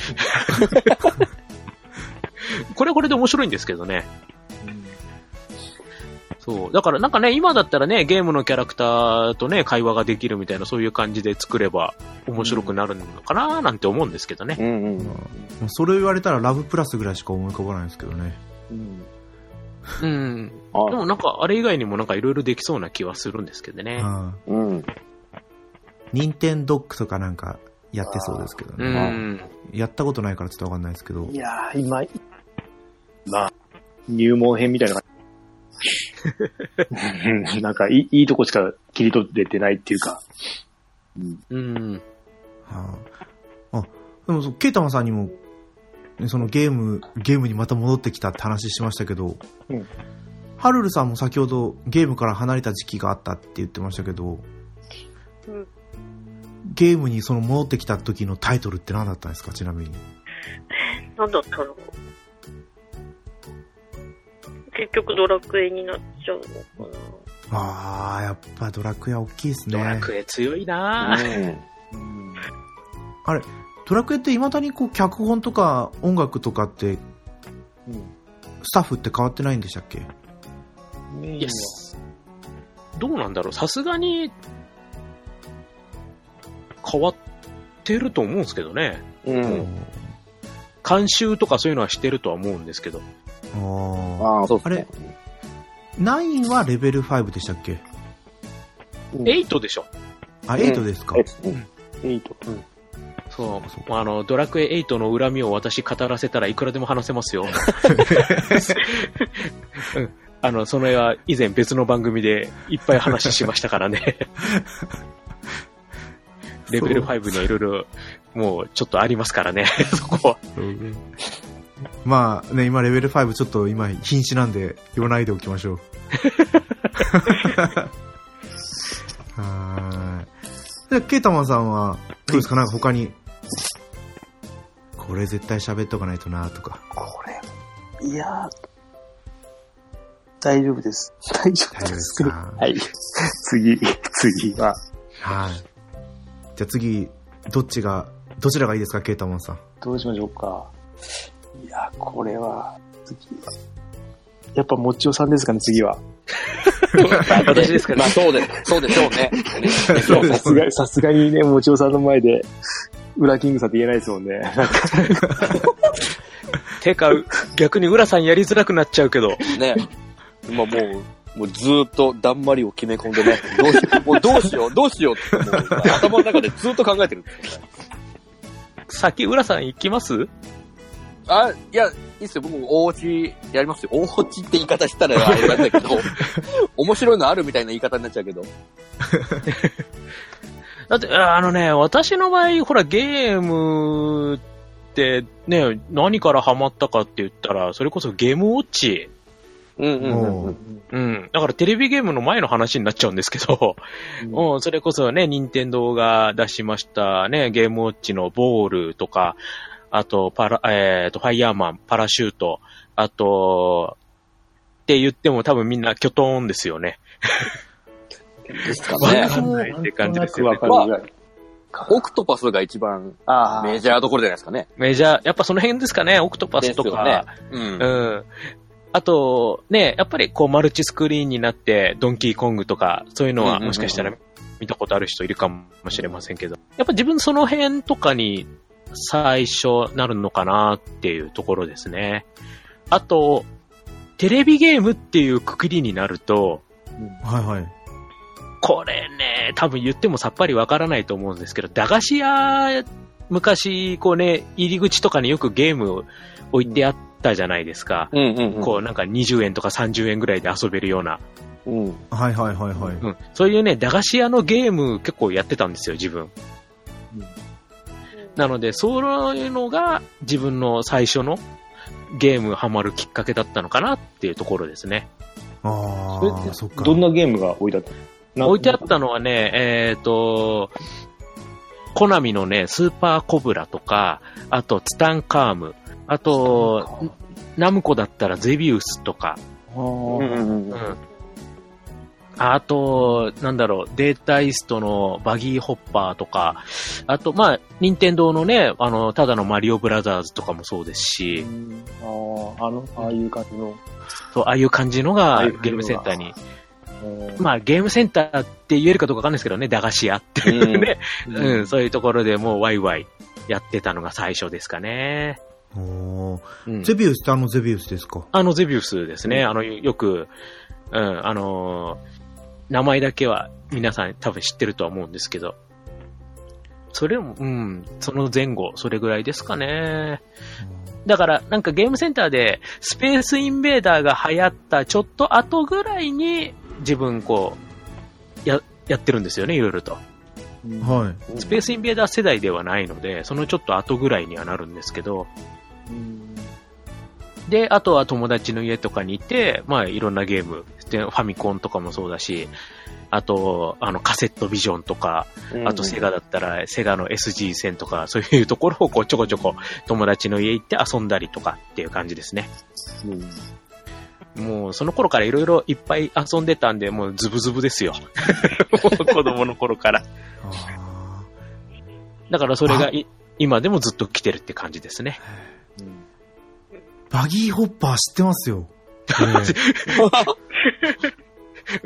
これはこれで面白いんですけどね。そう。だからなんかね、今だったらね、ゲームのキャラクターとね、会話ができるみたいな、そういう感じで作れば面白くなるのかななんて思うんですけどね。
うんうん
もうそれを言われたらラブプラスぐらいしか思い浮かばないですけどね。
うん
うん。
あ
でもなんか、あれ以外にもなんかいろいろできそうな気はするんですけどね。
うん。
うん。うん。
ニンテンドックとかなんかやってそうですけど
う
ね。
ん。
やったことないからちょっとわかんないですけど
い。やー、今、まあ、入門編みたいな感じ。なんかいい、いいとこしか切り取れてないっていうか。
うん。
はあ、あ、でもそう、ケイタマさんにも、ねそのゲーム、ゲームにまた戻ってきたって話しましたけど、
うん
ハルルさんも先ほどゲームから離れた時期があったって言ってましたけど、
うん
ゲームにその戻ってきた時のタイトルって何だったんですかちなみに。
なんだったろう。結局ドラクエになっちゃうのか
ああ、やっぱドラクエは大きいですね。
ドラクエ強いなぁ
ドラクエって未だにこう脚本とか音楽とかって、スタッフって変わってないんでしたっけ
いや、すどうなんだろう。さすがに、変わってると思うんですけどね。
うん。
監修とかそういうのはしてるとは思うんですけど。
あー
ああ、そうですね。
9はレベル5でしたっけ
8でしょ。
あ、8ですか、
いいと。うん
そ
そう
う。あの、ドラクエ8の恨みを私語らせたらいくらでも話せますよ。うんあの、その絵は以前別の番組でいっぱい話しましたからね。レベル5にはいろいろ、もうちょっとあります からね、そこは。
まあね、今レベル5ちょっと今瀕死なんで言わないでおきましょう。 はーい。で、ケイタマンさんは、どうですかなんか他に、これ絶対喋っとかないとなとか。
これ。いやー、大丈夫です。大丈
大丈夫ですかは
はい。次、次は。
い。じゃあ次、どっちが、どちらがいいですかケイタマンさん。
どうしましょうか。いや、これは、次は。やっぱ、もちおさんですかね、次は。
私ですか
ま
ら
あ、そうで、そうでしょうね。
そうで
さ
す
すが、さすがにね、もちおさんの前で、裏キングさんって言えないですもんね。
てか、逆に浦さんやりづらくなっちゃうけど。
ね。今もう、もうずーっとだんまりを決め込んでね、どうしもうどうしよう、どうしようって、もう頭の中でずーっと考えてる。
先、浦さん行きます
あ、いや、いいっすよ。僕、おうちやりますよ。おうちって言い方したらあれなんだけど、面白いのあるみたいな言い方になっちゃうけど。
だって、ああのね、私の場合、ほら、ゲームって、ね、何からハマったかって言ったら、それこそゲームウォッチ。
うんうんうんう。
おうん
うん。だからテレビゲームの前の話になっちゃうんですけど、うん、それこそね、任天堂が出しましたね、ゲームウォッチのボールとか、あと、パラ、えっ、と、ファイヤーマン、パラシュート、あと、って言っても多分みんなキョトーンですよね。
ですか
わ
ね。
かんないって感じですよ
わ
ね
か。るぐらい。
オクトパスが一番
ああ
メジャーどころじゃないですかね。
メジャー、やっぱその辺ですかね、オクトパスとか。
ですよね。うん。
うん。あと、ね、やっぱりこうマルチスクリーンになって、ドンキーコングとか、そういうの
うんうんう
は
んうん
もしかしたら見たことある人いるかもしれませんけど、やっぱ自分その辺とかに最初なるのかなっていうところですね。あと、テレビゲームっていうくくりになると、
はいはい。
これね、多分言ってもさっぱりわからないと思うんですけど、駄菓子屋、昔、こうね、入り口とかによくゲームを置いてあったじゃないですか。
うんうんうん。
こうなんか20円とか30円ぐらいで遊べるような、
うん。
はいはいはいはい。
うん、そういうね、駄菓子屋のゲーム結構やってたんですよ、自分。なので、そういうのが自分の最初のゲームハマるきっかけだったのかなっていうところですね。
あ
それ
あ、そっか。
どんなゲームが置いてあった
置いてあったのはね、えっ、と、コナミのね、スーパーコブラとか、あとツタンカーム、あと、ナムコだったらゼビウスとか、
うんうんうん。
あと、なんだろう、データイストのバギーホッパーとか、あと、まあ、任天堂のね、あの、ただのマリオブラザーズとかもそうですし、
ああ、あの、ああいう感じの。
そう、ああいう感じの
ああ
が
いう感じ
ゲー
の
ム
が
センターに、
うん
まあ、ゲームセンターって言えるかどうかわかんないですけどね、駄菓子屋っていうね、
う
うんん、そういうところでもうワイワイやってたのが最初ですかね。
おー
うん
ゼビウスってあのゼビウスですか
あのゼビウスですね、あの、よく、うん、あのー名前だけは皆さん多分知ってるとは思うんですけど、それも、うん、その前後、それぐらいですかね。だから、なんかゲームセンターで、スペースインベーダーが流行ったちょっと後ぐらいに、自分こう、や、やってるんですよね、いろいろと。
はい。
スペースインベーダー世代ではないので、そのちょっと後ぐらいにはなるんですけど、で、あとは友達の家とかにいて、まあいろんなゲーム、でファミコンとかもそうだし、あと、あのカセットビジョンとか、あとセガだったら、セガの SG 戦とか、そういうところをこうちょこちょこ友達の家行って遊んだりとかっていう感じですね。もうその頃からいろいろいっぱい遊んでたんで、もうズブズブですよ。もう 子供の頃から。
あ
だからそれがい今でもずっと来てるって感じですね。
ーバギーホッパー知ってますよ。えー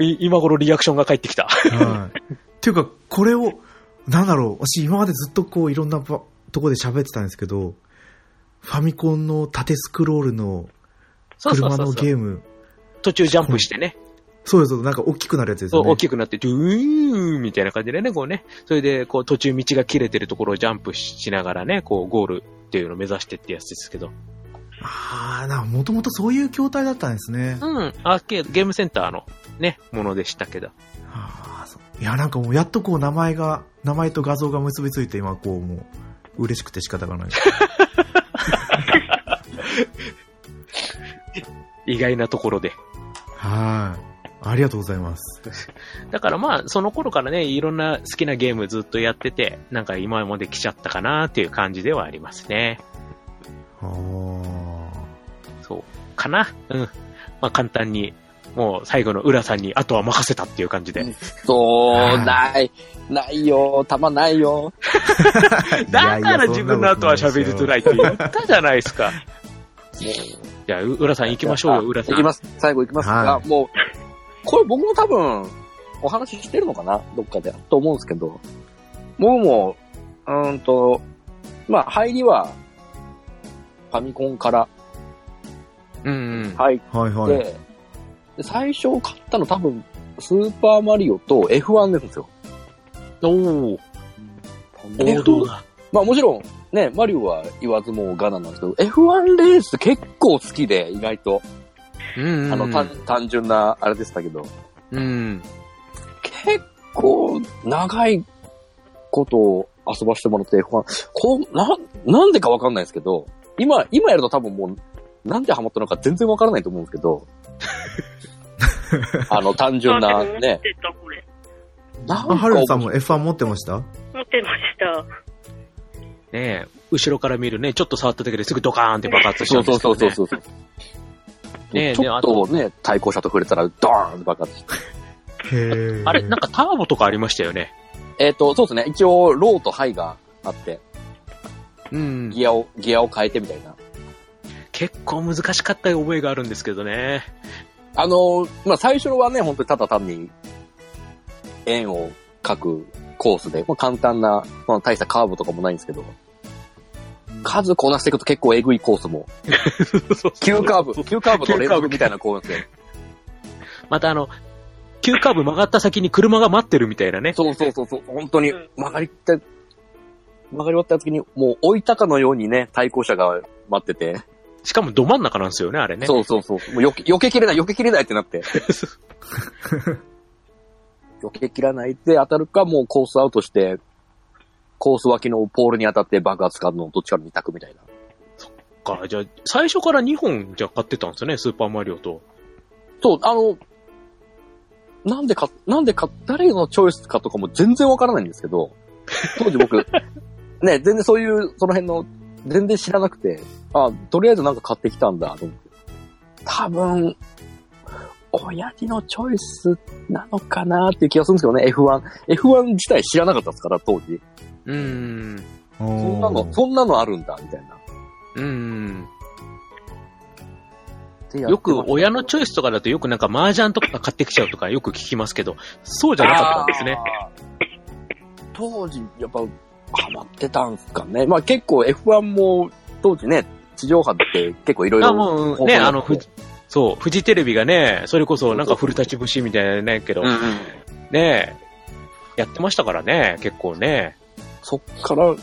い今頃リアクションが返ってきた。
はい。っていうか、これを、なんだろう、私今までずっとこういろんなばとこで喋ってたんですけど、ファミコンの縦スクロールの
そうそう
車
そ
の
うそう。
ゲーム。
途中ジャンプしてね。
そうです、なんか大きくなるやつです
そ
よ
う、
ね
大。きくなって、ドゥーンみたいな感じでね、こうね。それで、こう、途中道が切れてるところをジャンプしながらね、こう、ゴールっていうのを目指してってやつですけど。
ああ、なんかもともとそういう筐体だったんですね。
うん、アーケード、ゲームセンターのね、ものでしたけど。
あーそういや、なんかもうやっとこう名前が、名前と画像が結びついて今こうもう嬉しくて仕方がない。
意外なところで。
はい。ありがとうございます。
だからまあ、その頃からね、いろんな好きなゲームずっとやってて、なんか今まで来ちゃったかなっていう感じではありますね。
あー
そう。かなうん。まあ簡単に、もう最後の浦さんに、あとは任せたっていう感じで。
そう、ない、ないよ、玉ないよ。
だから自分の後は喋りづらいって言ったじゃないですか。じゃあ、う浦さん行きましょうよ、浦さん。
いきます。最後いきますが、
はい
もう、これ僕も多分、お話ししてるのかなどっかで。と思うんですけど。僕も、うーんと、まあ、入りは、ファミコンから
うんうん。
入って、
はいはい。
で最初買ったの多分、スーパーマリオと F1 ですよ。
おー。
F1 まあもちろん、ね、マリオは言わずもがななんですけど、F1 レース結構好きで、意外と。
うん、うん。
あの、単単純な、あれでしたけど、
うん。
結構、長いことを遊ばせてもらって F1、こう、な、なんでかわかんないですけど、今、今やると多分もう、なんでハマったのか全然わからないと思うんですけど、あの、単純な
あでも、持っ
ね、
てた、これ。
なん
あ、はるさん
か、
も F1 持ってました
持ってました。
ねえ、後ろから見るね、ちょっと触っただけですぐドカーンって爆発しちゃ
そううん
で
そ
すけど、
うそう
ね。
そうそう。
ねえ
ちょっとね、対向車と触れたら、ドーンって爆発して。
へー
あれ、なんかターボとかありましたよね。
えっ、と、そうですね。一応、ローとハイがあって、
うん。
ギアを、ギアを変えてみたいな。
結構難しかった覚えがあるんですけどね。
あのーまあ、最初はね、本当にただ単に、円を描くコースで、もう簡単な、まあ、大したカーブとかもないんですけど、数こなしていくと結構エグいコースも、急カーブ、急カーブと連続みたいなコースで、
またあの、急カーブ曲がった先に車が待ってるみたいなね。
そうそうそうそう、本当に
うん
曲がりって、曲がり終わった時に、もう置いたかのようにね、対向車が待ってて、
しかもど真ん中なんですよね、あれね。
そうそうそう。もうよけ避けきれない、避けきれないって なって。避けきらないで当たるか、もうコースアウトして、コース脇のポールに当たって爆発かのどっちかの二択みたいな。
か。じゃあ、最初から2本じゃあ買ってたんですよね、スーパーマリオと。
そう、あの、なんでか、なんでか、誰のチョイスかとかも全然わからないんですけ ど、当時僕、ね、全然そういう、その辺の、全然知らなくて、あ、とりあえずなんか買ってきたんだ、と思って。多分、親父のチョイスなのかなっていう気がするんですけどね、F1。F1 自体知らなかったですから、当時。
うーん。
そ
そんなの、そんなのあるんだ、みたいな
うーん。
で。
よく
やってまし
親
た
のチョイスとかだとよくなんか麻雀とか買ってきちゃうとかよく聞きますけど、そうじゃなかったんですね。
当時、やっぱ、ハマってたんすかね。まあ結構 F1 も、当時ね、地上波って結構いろい
あ、
ろ。
もう
方法
ね、
が
あの、
って
フジそう、フジテレビがね、それこそなんか古立節みたいなのねけど、
うんうん
ねやってましたからね、結構ね。
そっから、フ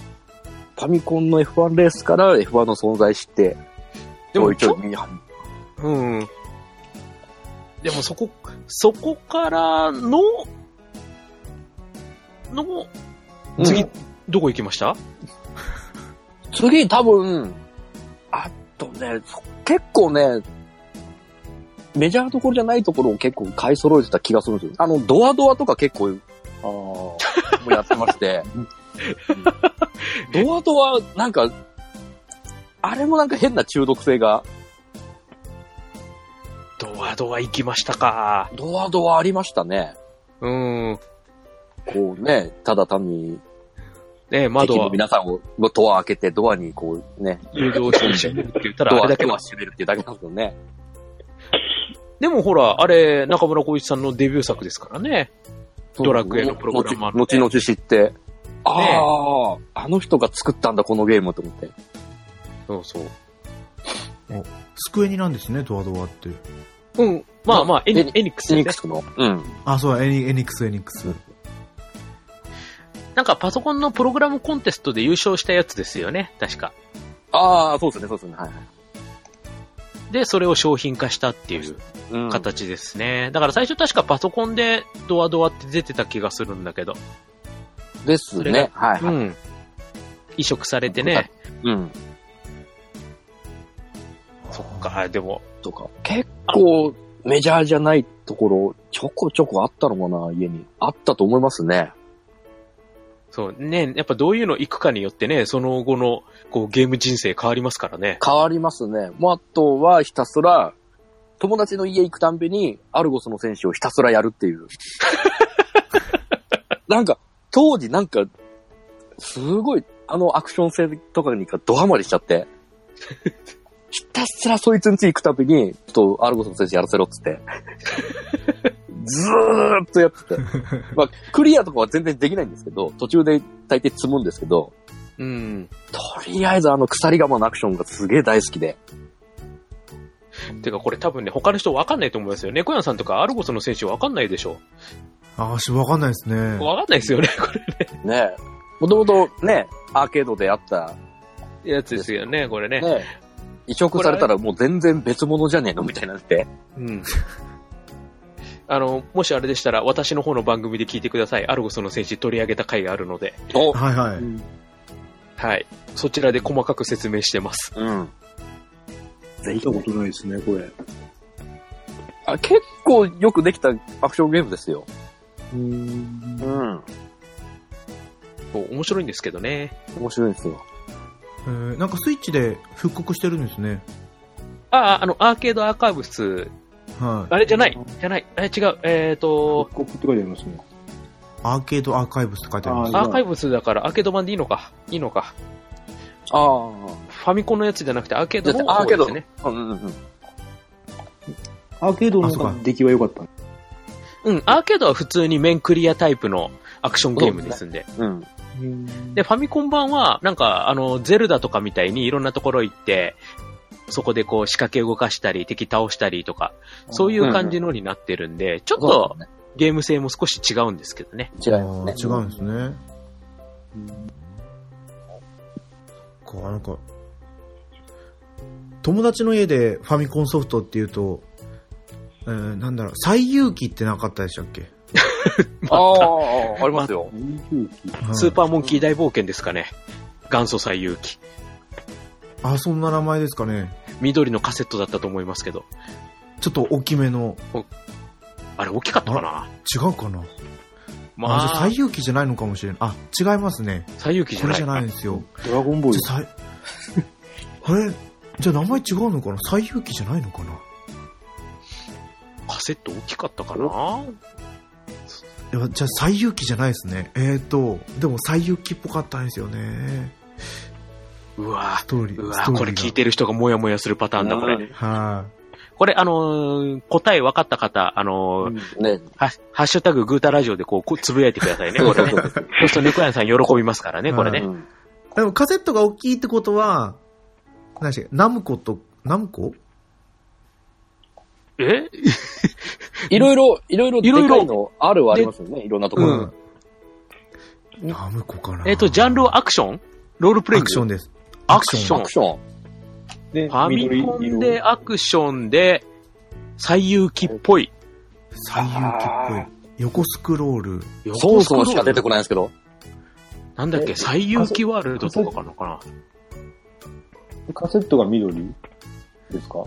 ァミコンの F1 レースから F1 の存在して、
でも
ちょいちょい見は
うん。でもそこ、そこからの、の、次、
うん
どこ行きました
次多分、あとね、そ結構ね、メジャーどころじゃないところを結構買い揃えてた気がするんですよ。あの、ドアドアとか結構、あーもうやってまして。ドアドア、なんか、あれもなんか変な中毒性が、
ドアドア行きましたか。
ドアドアありましたね。
うん。
こうね、ただ単に、
ね窓
敵の
は
皆さんを、ドア開けて、ドアにこうね、
誘導して閉めるって言ったら、
ド
あ
ア
れだけ
手
は
は。閉めるっていうだけなんですよね。
でもほら、あれ、中村浩一さんのデビュー作ですからね。ドラクエのプログラマーの
後々知って、ああ、あの人が作ったんだ、このゲームと思って。
そうそう。
机になんですね、ドアドアって。
うん。まあまあ、エニ
エニ
エニックス
エ
で
ニ
す
ッ
ね
ク。スの。うん。
あ、そう、エニエニックス、エニックス。
なんかパソコンのプログラムコンテストで優勝したやつですよね、確か。
ああ、そうですね、そうですね。はいはい。
で、それを商品化したっていう
うん
形ですね。だから最初確かパソコンでドアドアって出てた気がするんだけど。
です
それが
ね。はい、はい。
ん。移植されてね。
うん。
そっか、でも。
とか。結構、メジャーじゃないところ、ちょこちょこあったのかな、家に。あったと思いますね。
そうね、やっぱどういうの行くかによってね、その後のこうゲーム人生変わりますからね。
変わりますね。もうあとは、ひたすら、友達の家行くたんびに、アルゴスの選手をひたすらやるっていう。なんか、当時なんか、すごい、あのアクション性とかにかドハマりしちゃって。ひたすらそいつん家行くたびに、ちょっとアルゴスの選手やらせろっつって。ずーっとやってて。まあ、クリアとかは全然できないんですけど、途中で大抵積むんですけど、うん。とりあえずあの鎖鎌のアクションがすげえ大好きで。
てかこれ多分ね、他の人わかんないと思いますよ。猫屋さんとかアルゴスの選手わかんないでしょ。
ああ、し、わかんないですね。
わかんないですよ ね、こ
ねもともとね、アーケードであった、
れ。やつですよね、これね。
ね移植されたらもう全然別物じゃねえのみたいになって。
うん。あの、もしあれでしたら、私の方の番組で聞いてください。アルゴスの選手取り上げた回があるので。
お
はいはい。
はい。そちらで細かく説明してます。
うん。ぜひ
見たことないですね、これ。
あ。結構よくできたアクションゲームですよ。
うん。
うん。
そう面白いんですけどね。
面白いですよ。
えーなんかスイッチで復刻してるんですね。
ああ、あの、アーケードアーカイブス、
はい。
あれじゃない、じゃない、え違う、えっ、と、
国って書いてありますね。
アーケードアーカイブスって書いてあります。
アーカイブスだからアーケード版でいいのか、いいのか。
あ
ファミコンのやつじゃなくてアーケー
だ
ド
って
の
アーケード
方ですね。
あ。うんうんうん。
アーケードの方
あ
が
そうか
出来は良かった。
うん、アーケードは普通に面クリアタイプのアクションゲームですんで。
うん。
で、ファミコン版は、なんか、あの、ゼルダとかみたいにいろんなところ行って、そこでこう仕掛け動かしたり、敵倒したりとか、そういう感じのになってるんで、ちょっ
そ
と
うで
ゲーム性も少し違うんですけどね。
すね。違います
あ
ね。
ー違うんですね。こう、なんか、友達の家でファミコンソフトっていうと、えーなんだろう、最遊記ってなかったでしたっけ、
ああ、ありますよ。
はい
スーパーモンキー大冒険ですかね。元祖最勇気。
あ、そんな名前ですかね。
緑のカセットだったと思いますけど。
ちょっと大きめの、
あれ大きかったかな
違うかな
ま
あ、じゃあ
あ
最、遊記じゃないのかもしれない。あ、違いますね。
最勇気じ
これ
ゃない。
じゃないんですよ。
ドラゴンボー
じ
イ
ゃ。あ、 最、あれじゃあ名前違うのかな最遊記じゃないのかな
カセット大きかったかない
やじゃあ、最遊記じゃないですね。えーと、でも最遊記っぽかったんですよね。
うわ
ストーリー。
う
ス
わ
トーリーが
これ聞いてる人がモヤモヤするパターンだ、これ。
は
これ、あのー答え分かった方、あのー
うん
ね。
はハッシュタググータラジオでこうこう、つぶやいてくださいね、これね。そうすると猫屋さん喜びますからね、これ
う
ね。
ん。
い。でもカセットが大きいってことは、何でしたっけナムコと、ナムコ
え
いろいろ、いろいろ、
いろいろ
でかいのあるはありますよね。いろんなところ。。
ナムコかな。
えっ、と、ジャンルはアクションロールプレイ
ア
ン
ク
グ
ションです。
アクショ
ア
ン
ク。ション。
で
ファミコンでアクションで、最有機っぽい。
最遊記っぽい。横スクロール。
そもそもしか出てこないんですけど。
なんだっけ、
え
最有機ワールドとかかなかな。
緑カセットが緑ですか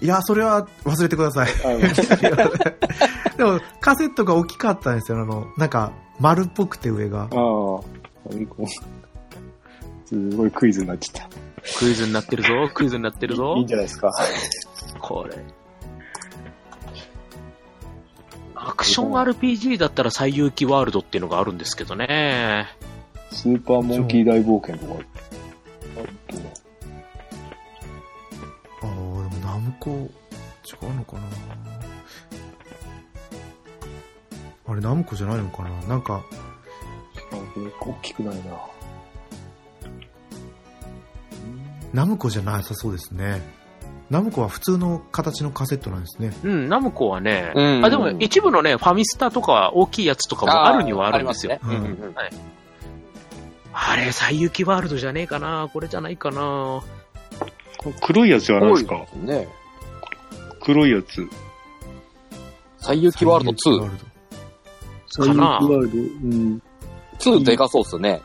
いや、それは忘れてください。 でも、カセットが大きかったんですよ。あの、なんか、丸っぽくて上が
ああ。。ファミコン。すごいクイズになっちゃっ
クイズになってるぞ、クイズになってる
た。
ぞ
いい。んじゃないですか。
これ。アクション RPG だったら最有機ワールドっていうのがあるんですけどね。
スーパーモンキー大冒険とか。
ああ、でもナムコ、違うのかなあれ、ナムコじゃないのかななんか、
あこれ大きくないな。
ナムコじゃなさそうですね。ナムコは普通の形のカセットなんですね。
うん、ナムコはね、
うん
あでも一部のね、ファミスタとか大きいやつとかもあるにはあるんですよ。あ
ありますねうんうんうん
れ、最有機ワールドじゃねえかなこれじゃないかな
黒いやつじゃないですか。
ね
黒いやつ。
最有機ワールド
ワール
そう
かな
ワールド。うん。
2。2でかそうっすね。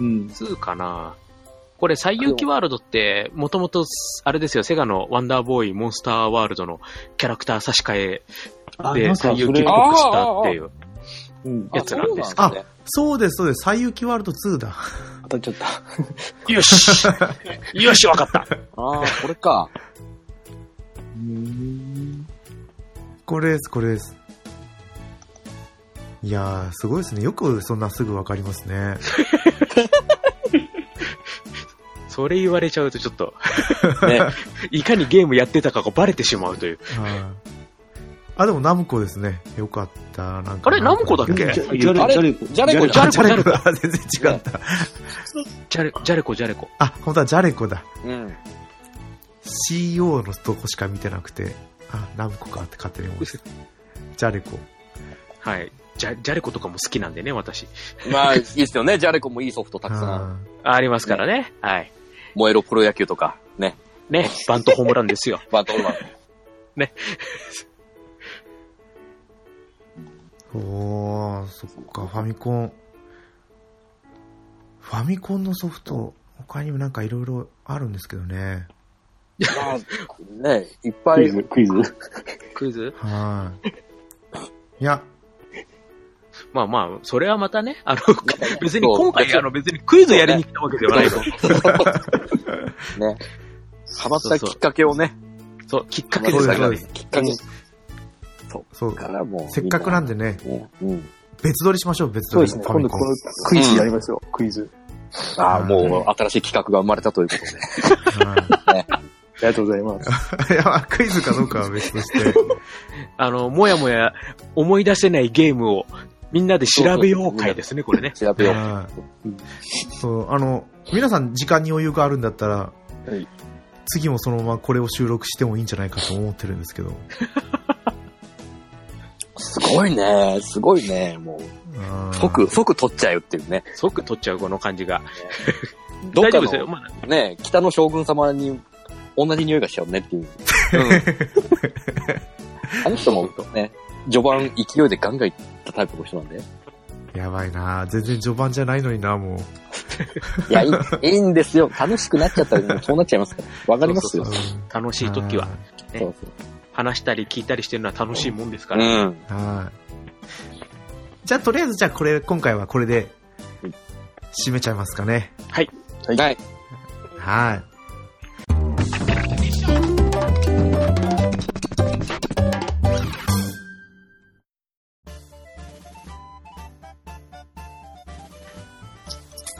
うん。
2かなこれ、最有機ワールドって、もともと、あれですよ、セガのワンダーボーイ、モンスターワールドのキャラクター差し替え
あ
で、最有機っ
あ
ぽくしたっていう。
うん。
やつなんです
あそうです、そうです。最遊記ワールド2だ。
当たっちゃった。
よしよし、わかった
ああ、これか。
うん。
これです、これです。いやー、すごいですね。よくそんなすぐわかりますね。
それ言われちゃうとちょっと、
ね。
いかにゲームやってたかがバレてしまうという。
はあ、でもナムコですね。よかった。なんか
あれナムコだっけ
じゃ
じゃれ
じゃれこ
じゃれこ
じゃ
あ
れ
ジャレコだ。全然違った。
ジャレ、ジャレコ、ジャレコ。
あ、本当はジャレコだ。
うん。
CO のとこしか見てなくて、あ、ナムコかって勝手に思ってた。ジャレコ。
はい。ジャ、ジャレコとかも好きなんでね、私。
まあ、いいですよね。ジャレコもいいソフトたくさん。
あー
ありますからね。はい。
燃えろプロ野球とか、ね。
ね、バントホームランですよ。
バントルマン。
おー、そっか、ファミコン。ファミコンのソフト、他にもなんかいろいろあるんですけどね。
ね、いっぱ
クイ
い。
ズ、クイズ。
クイズ
はい。いや、
まあまあ、それはまたね、 あの、別に
そう
今回、
そう
あの別にクイズやりに来たわけではないと。
ね。ハマったきっかけをね、
そう、きっか
ハマ
け
っ
そうで
ですから
たきっかけ
す
きっか
そう
け。からもう。
せっかくなんでね、
ね。うん。
別撮りしましょう、別
そう
撮
で
り。
すね。
ファ
今
ミ
度
コン
このクイズやりますよ、クイズ。
ああ、もう新しい企画が生まれたということで。
は
ありがとうございます。
いいや、まあクイズかどうかは別として。
あの、もやもや思い出せないゲームをみんなで調べよう会ですね、これね。
調べよう。
はいそう、あの、皆さん時間に余裕があるんだったら、
はい
次もそのままこれを収録してもいいんじゃないかと思ってるんですけど。
すごいね。すごいね。も
あー
う、即、即取っちゃうっていうね。
即取っちゃう、この感じが。
どっ
大丈
か
夫ですよ。
の、
まあ、
ね、北の将軍様に同じ匂いがしちゃうねっていう。あの人もね、序盤勢いでガンガンいったタイプの人なんで。
やばいな全然序盤じゃないのになもう。
いや、いいいいんですよ。楽しくなっちゃったら、そうなっちゃいますから。わかりますよ。
う
そ
ん
う
楽しい時は、そう
そう
話したり聞いたりしてるのは楽しいもんですか
う
ら。
ん。
はいはい。じゃあ、とりあえず、じゃあ、これ、今回はこれで、締めちゃいますかね。
はい。
はい。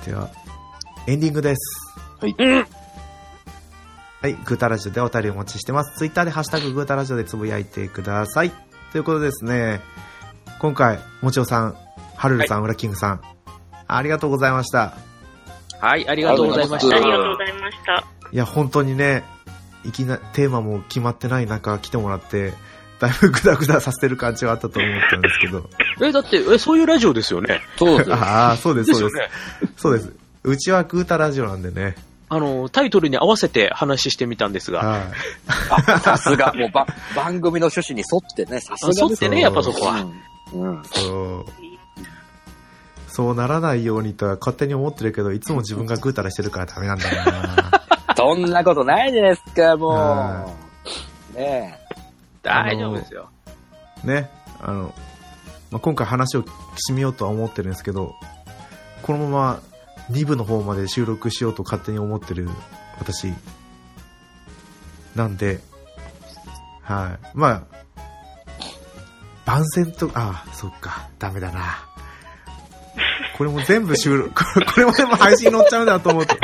では、エンディングです。
はい
うん。はい、グータラジオでお便りお待ちしてます。ツイッターでハッシュタググータラジオでつぶやいてください。ということでですね、今回、もちおさん、はるるさん、ウラキングさん、ありがとうございました。
はい、ありがとうございまし
あ
た。
りがとうございました。
いや、本当にね、いきな、テーマも決まってない中来てもらって、だいぶグダグダさせてる感じはあったと思ったんですけ ど。
え、だって、え、そういうラジオですよね。
そうですよ。
ああ、そうです、そうです。
よね。
そうです。うちはグータラジオなんでね。
あの、タイトルに合わせて話してみたんですが、
は
さすが。もうば、番組の趣旨に沿ってね、さすが
そう
で
っ
す
て
よ。
ね、やっぱそこは。
うん。うん
い。そう。そうならないようにとは勝手に思ってるけど、いつも自分がグータラしてるからダメなんだよな。
そんなことないじゃないですか、も
は
う。ねえ。
大丈夫ですよ。
ね。あの、まあ、今回話を締めようとは思ってるんですけど、このまま2部の方まで収録しようと勝手に思ってる私なんで、はい。まあ、番宣と、ああ、そっか、ダメだな。これも全部収録、 これも全部配信に載っちゃうんだと思って。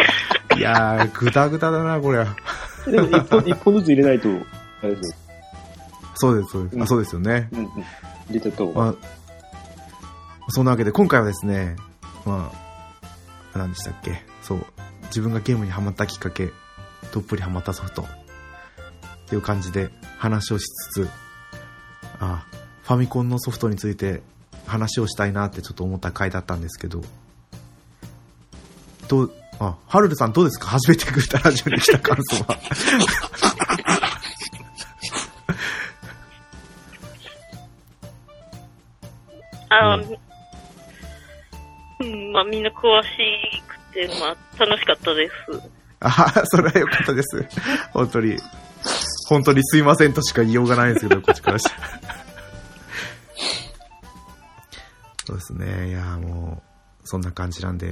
いやー、ぐだぐだだな、これは。
でも一本、一本ずつ入れないと、あれですよ
そうです、そうです。あ、そうですよね。
うんうん。入れたと。
まあ、そんなわけで今回はですね、まあ、何でしたっけそう。自分がゲームにハマったきっかけ、どっぷりハマったソフト、っていう感じで話をしつつ、あファミコンのソフトについて話をしたいなってちょっと思った回だったんですけど、どう、あ、ハルルさんどうですか初めてグータラジオに来た感想は。
あ
う
ーうん、まあみんな詳しくて、まあ楽しかったです。
ああ、それは良かったです。本当に。本当にすいませんとしか言いようがないんですけど、こっちからしたら。そうですね。いや、もう、そんな感じなんで、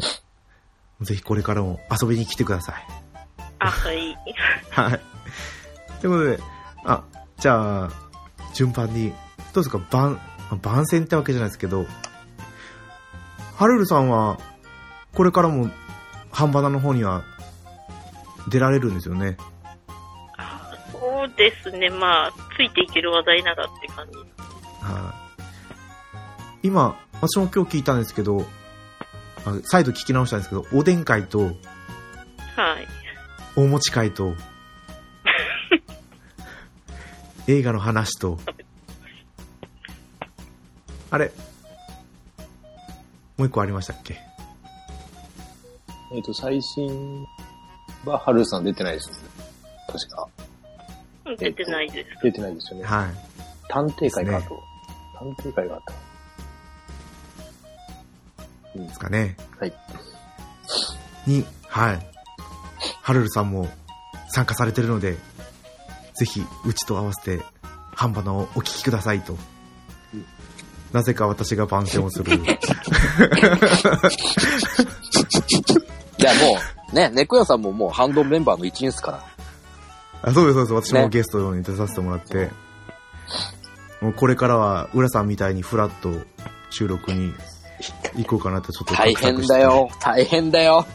ぜひこれからも遊びに来てください。
あ、はい。
はい。ということで、あ、じゃあ、順番に、どうですか、番、番宣ってわけじゃないですけど、ハルルさんは、これからも、半端なの方には、出られるんですよね。
そうですね、まあついていける話題ならって感じ。
はい。今、私も今日聞いたんですけど、あ再度聞き直したんですけど、おでん会と
はい。
お餅会と、映画の話と、あれもう一個ありましたっけ
えっと、最新は、ハルさん出てないですよね。確か。
うん出てないです。
出てないですよね。
はい。
探偵会か
です
と。探偵会があった。
ですかね。
はい。
に、はい。ハルルさんも参加されてるので、ぜひ、うちと合わせて、半端のをお聞きくださいと。なぜか私が番宣をする。
じゃあもう、ね、 猫屋さんももうハンドメンバーの一員ですから。
あそうです、そうです。私も
ね
ゲストに出させてもらって、もうこれからは、浦さんみたいにフラッと収録に行こうかなとちょっと
大変だよ。大変だよ。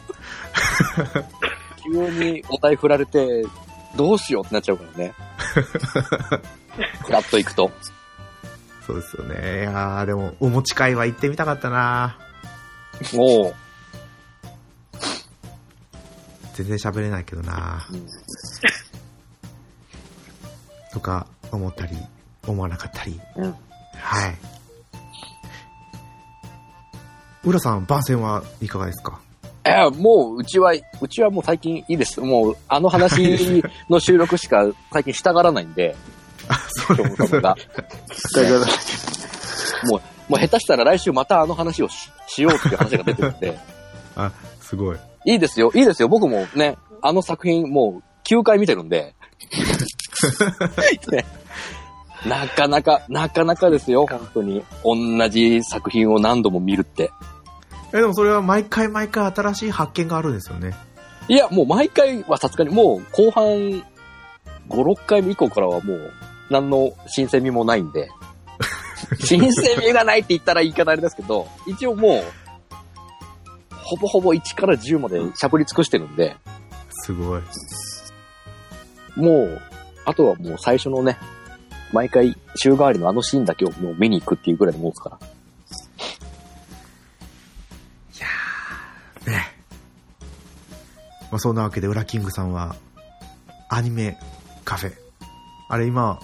急にお題振られて、どうしようってなっちゃうからね。フラッと行くと。
そうですよね。いやーでも、お持ち会は行ってみたかったな
もう、
全然喋れないけどな
うん
とか思ったり思わなかったり、
うん
はい浦さん番宣はいかがですか
いや、もう、うちは、うちはもう最近いいです。もう、あの話の収録しか最近したがらないんで、
あそう
ト
で
ムトム
す
が。もう、もう下手したら来週またあの話をししようっていう話が出てるんで、
あすごい
いいですよ、いいですよ。僕もね、あの作品もう9回見てる んで、ねなかなか、なかなかですよ、本当に。同じ作品を何度も見るって。
えでもそれは毎回毎回新しい発見があるんですよね
いや、もう毎回はさすがに、もう後半5、6回目以降からはもう、何の新鮮味もない んで。新鮮味がないって言ったら言い方あれですけど、一応もう、ほぼほぼ1から10までしゃぶり尽くしてるんで、
すごい
もう、あとはもう最初のね、毎回週替わりのあのシーンだけをもう見に行くっていうぐらいのもんですから。
ねまあ、そんなわけで浦キングさんはアニメカフェあれ今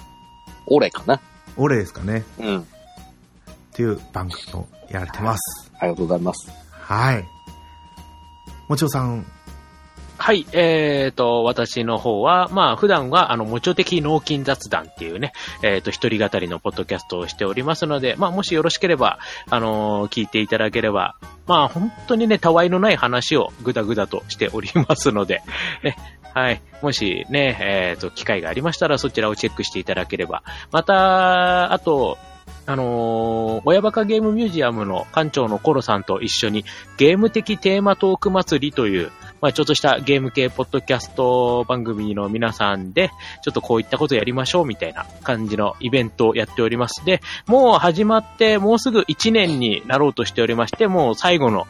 俺かな。
オレですかね
うん。あ
っていう番組をやられてます
りがとうございます。
はいもちおさん
はい、えー、と、私の方は、まあ、普段は、あの、無調的脳筋雑談っていうね、えー、と、一人語りのポッドキャストをしておりますので、まあ、もしよろしければ、あのー聞いていただければ、まあ、本当にね、たわいのない話をぐだぐだとしておりますので、 ね、はい、もしね、えー、と、機会がありましたら、そちらをチェックしていただければ、また、あと、あのー親バカゲームミュージアムの館長のコロさんと一緒に、ゲーム的テーマトーク祭りという、まあ、ちょっとしたゲーム系ポッドキャスト番組の皆さんで、ちょっとこういったことやりましょうみたいな感じのイベントをやっております。で、もう始まって、もうすぐ1年になろうとしておりまして、もう最後の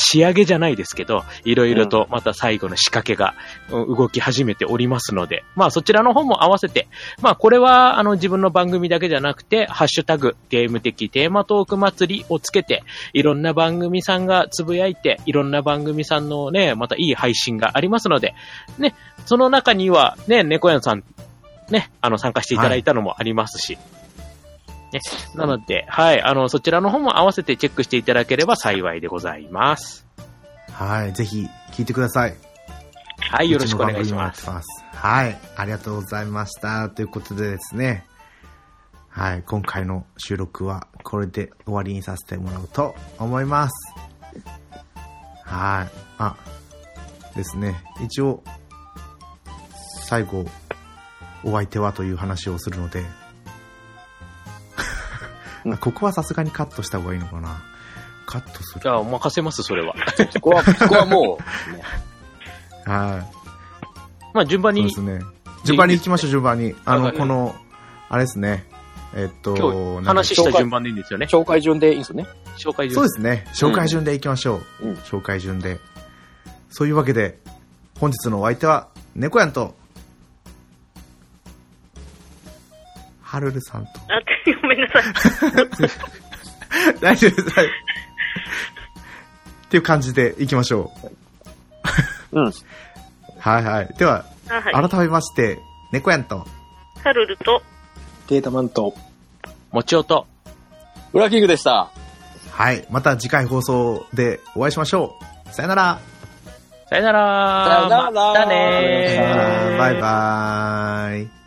仕上げじゃないですけど、いろいろとまた最後の仕掛けがうん動き始めておりますので、まあそちらの方も合わせて、まあこれはあの自分の番組だけじゃなくて、ハッシュタグゲーム的テーマトーク祭りをつけて、いろんな番組さんがつぶやいて、いろんな番組さんのね、またいい配信がありますので、ね、その中には、ね、猫やんさん、ね、あの、参加していただいたのもありますし、ね、なので、はい、あの、そちらの方も合わせてチェックしていただければ幸いでございます。
はい、ぜひ聞いてください。
はい、よろしくお願いします。
うちの番組もやってます。はい、ありがとうございました。ということでですね、はい、今回の収録はこれで終わりにさせてもらおうと思います。はい、あ、ですね、一応、最後、お相手はという話をするので、あ ここはさすがにカットした方がいいのかな。カットする
じゃあ、お任せます、それは。
ここは、ここはもう、 ね
はい。
まあ、順番
そう
に
です、ね。順番に行きましょう、順番に。あ
は
の、
い
この、あれですね。えっと、
今日、
なんだっ
話した順番でいいんですよね。
紹介順でいいんですよね。
紹介
け
順
そうですね。紹介順で行きましょう。
うん
紹介順で。そういうわけで、本日のお相手は、猫やんと、はるるさんと。
あ、ごめんなさい。
大丈夫です。はい。っていう感じでいきましょう。
うん。
はいはい。では、
あ、はい。
改めまして、猫やんと、
カルルと、
データマント。
もちおと、
ウラキングでした。
はい。また次回放送でお会いしましょう。さよなら。
さよなら
さよなら
またね
さ
ー
よならバイバーイ。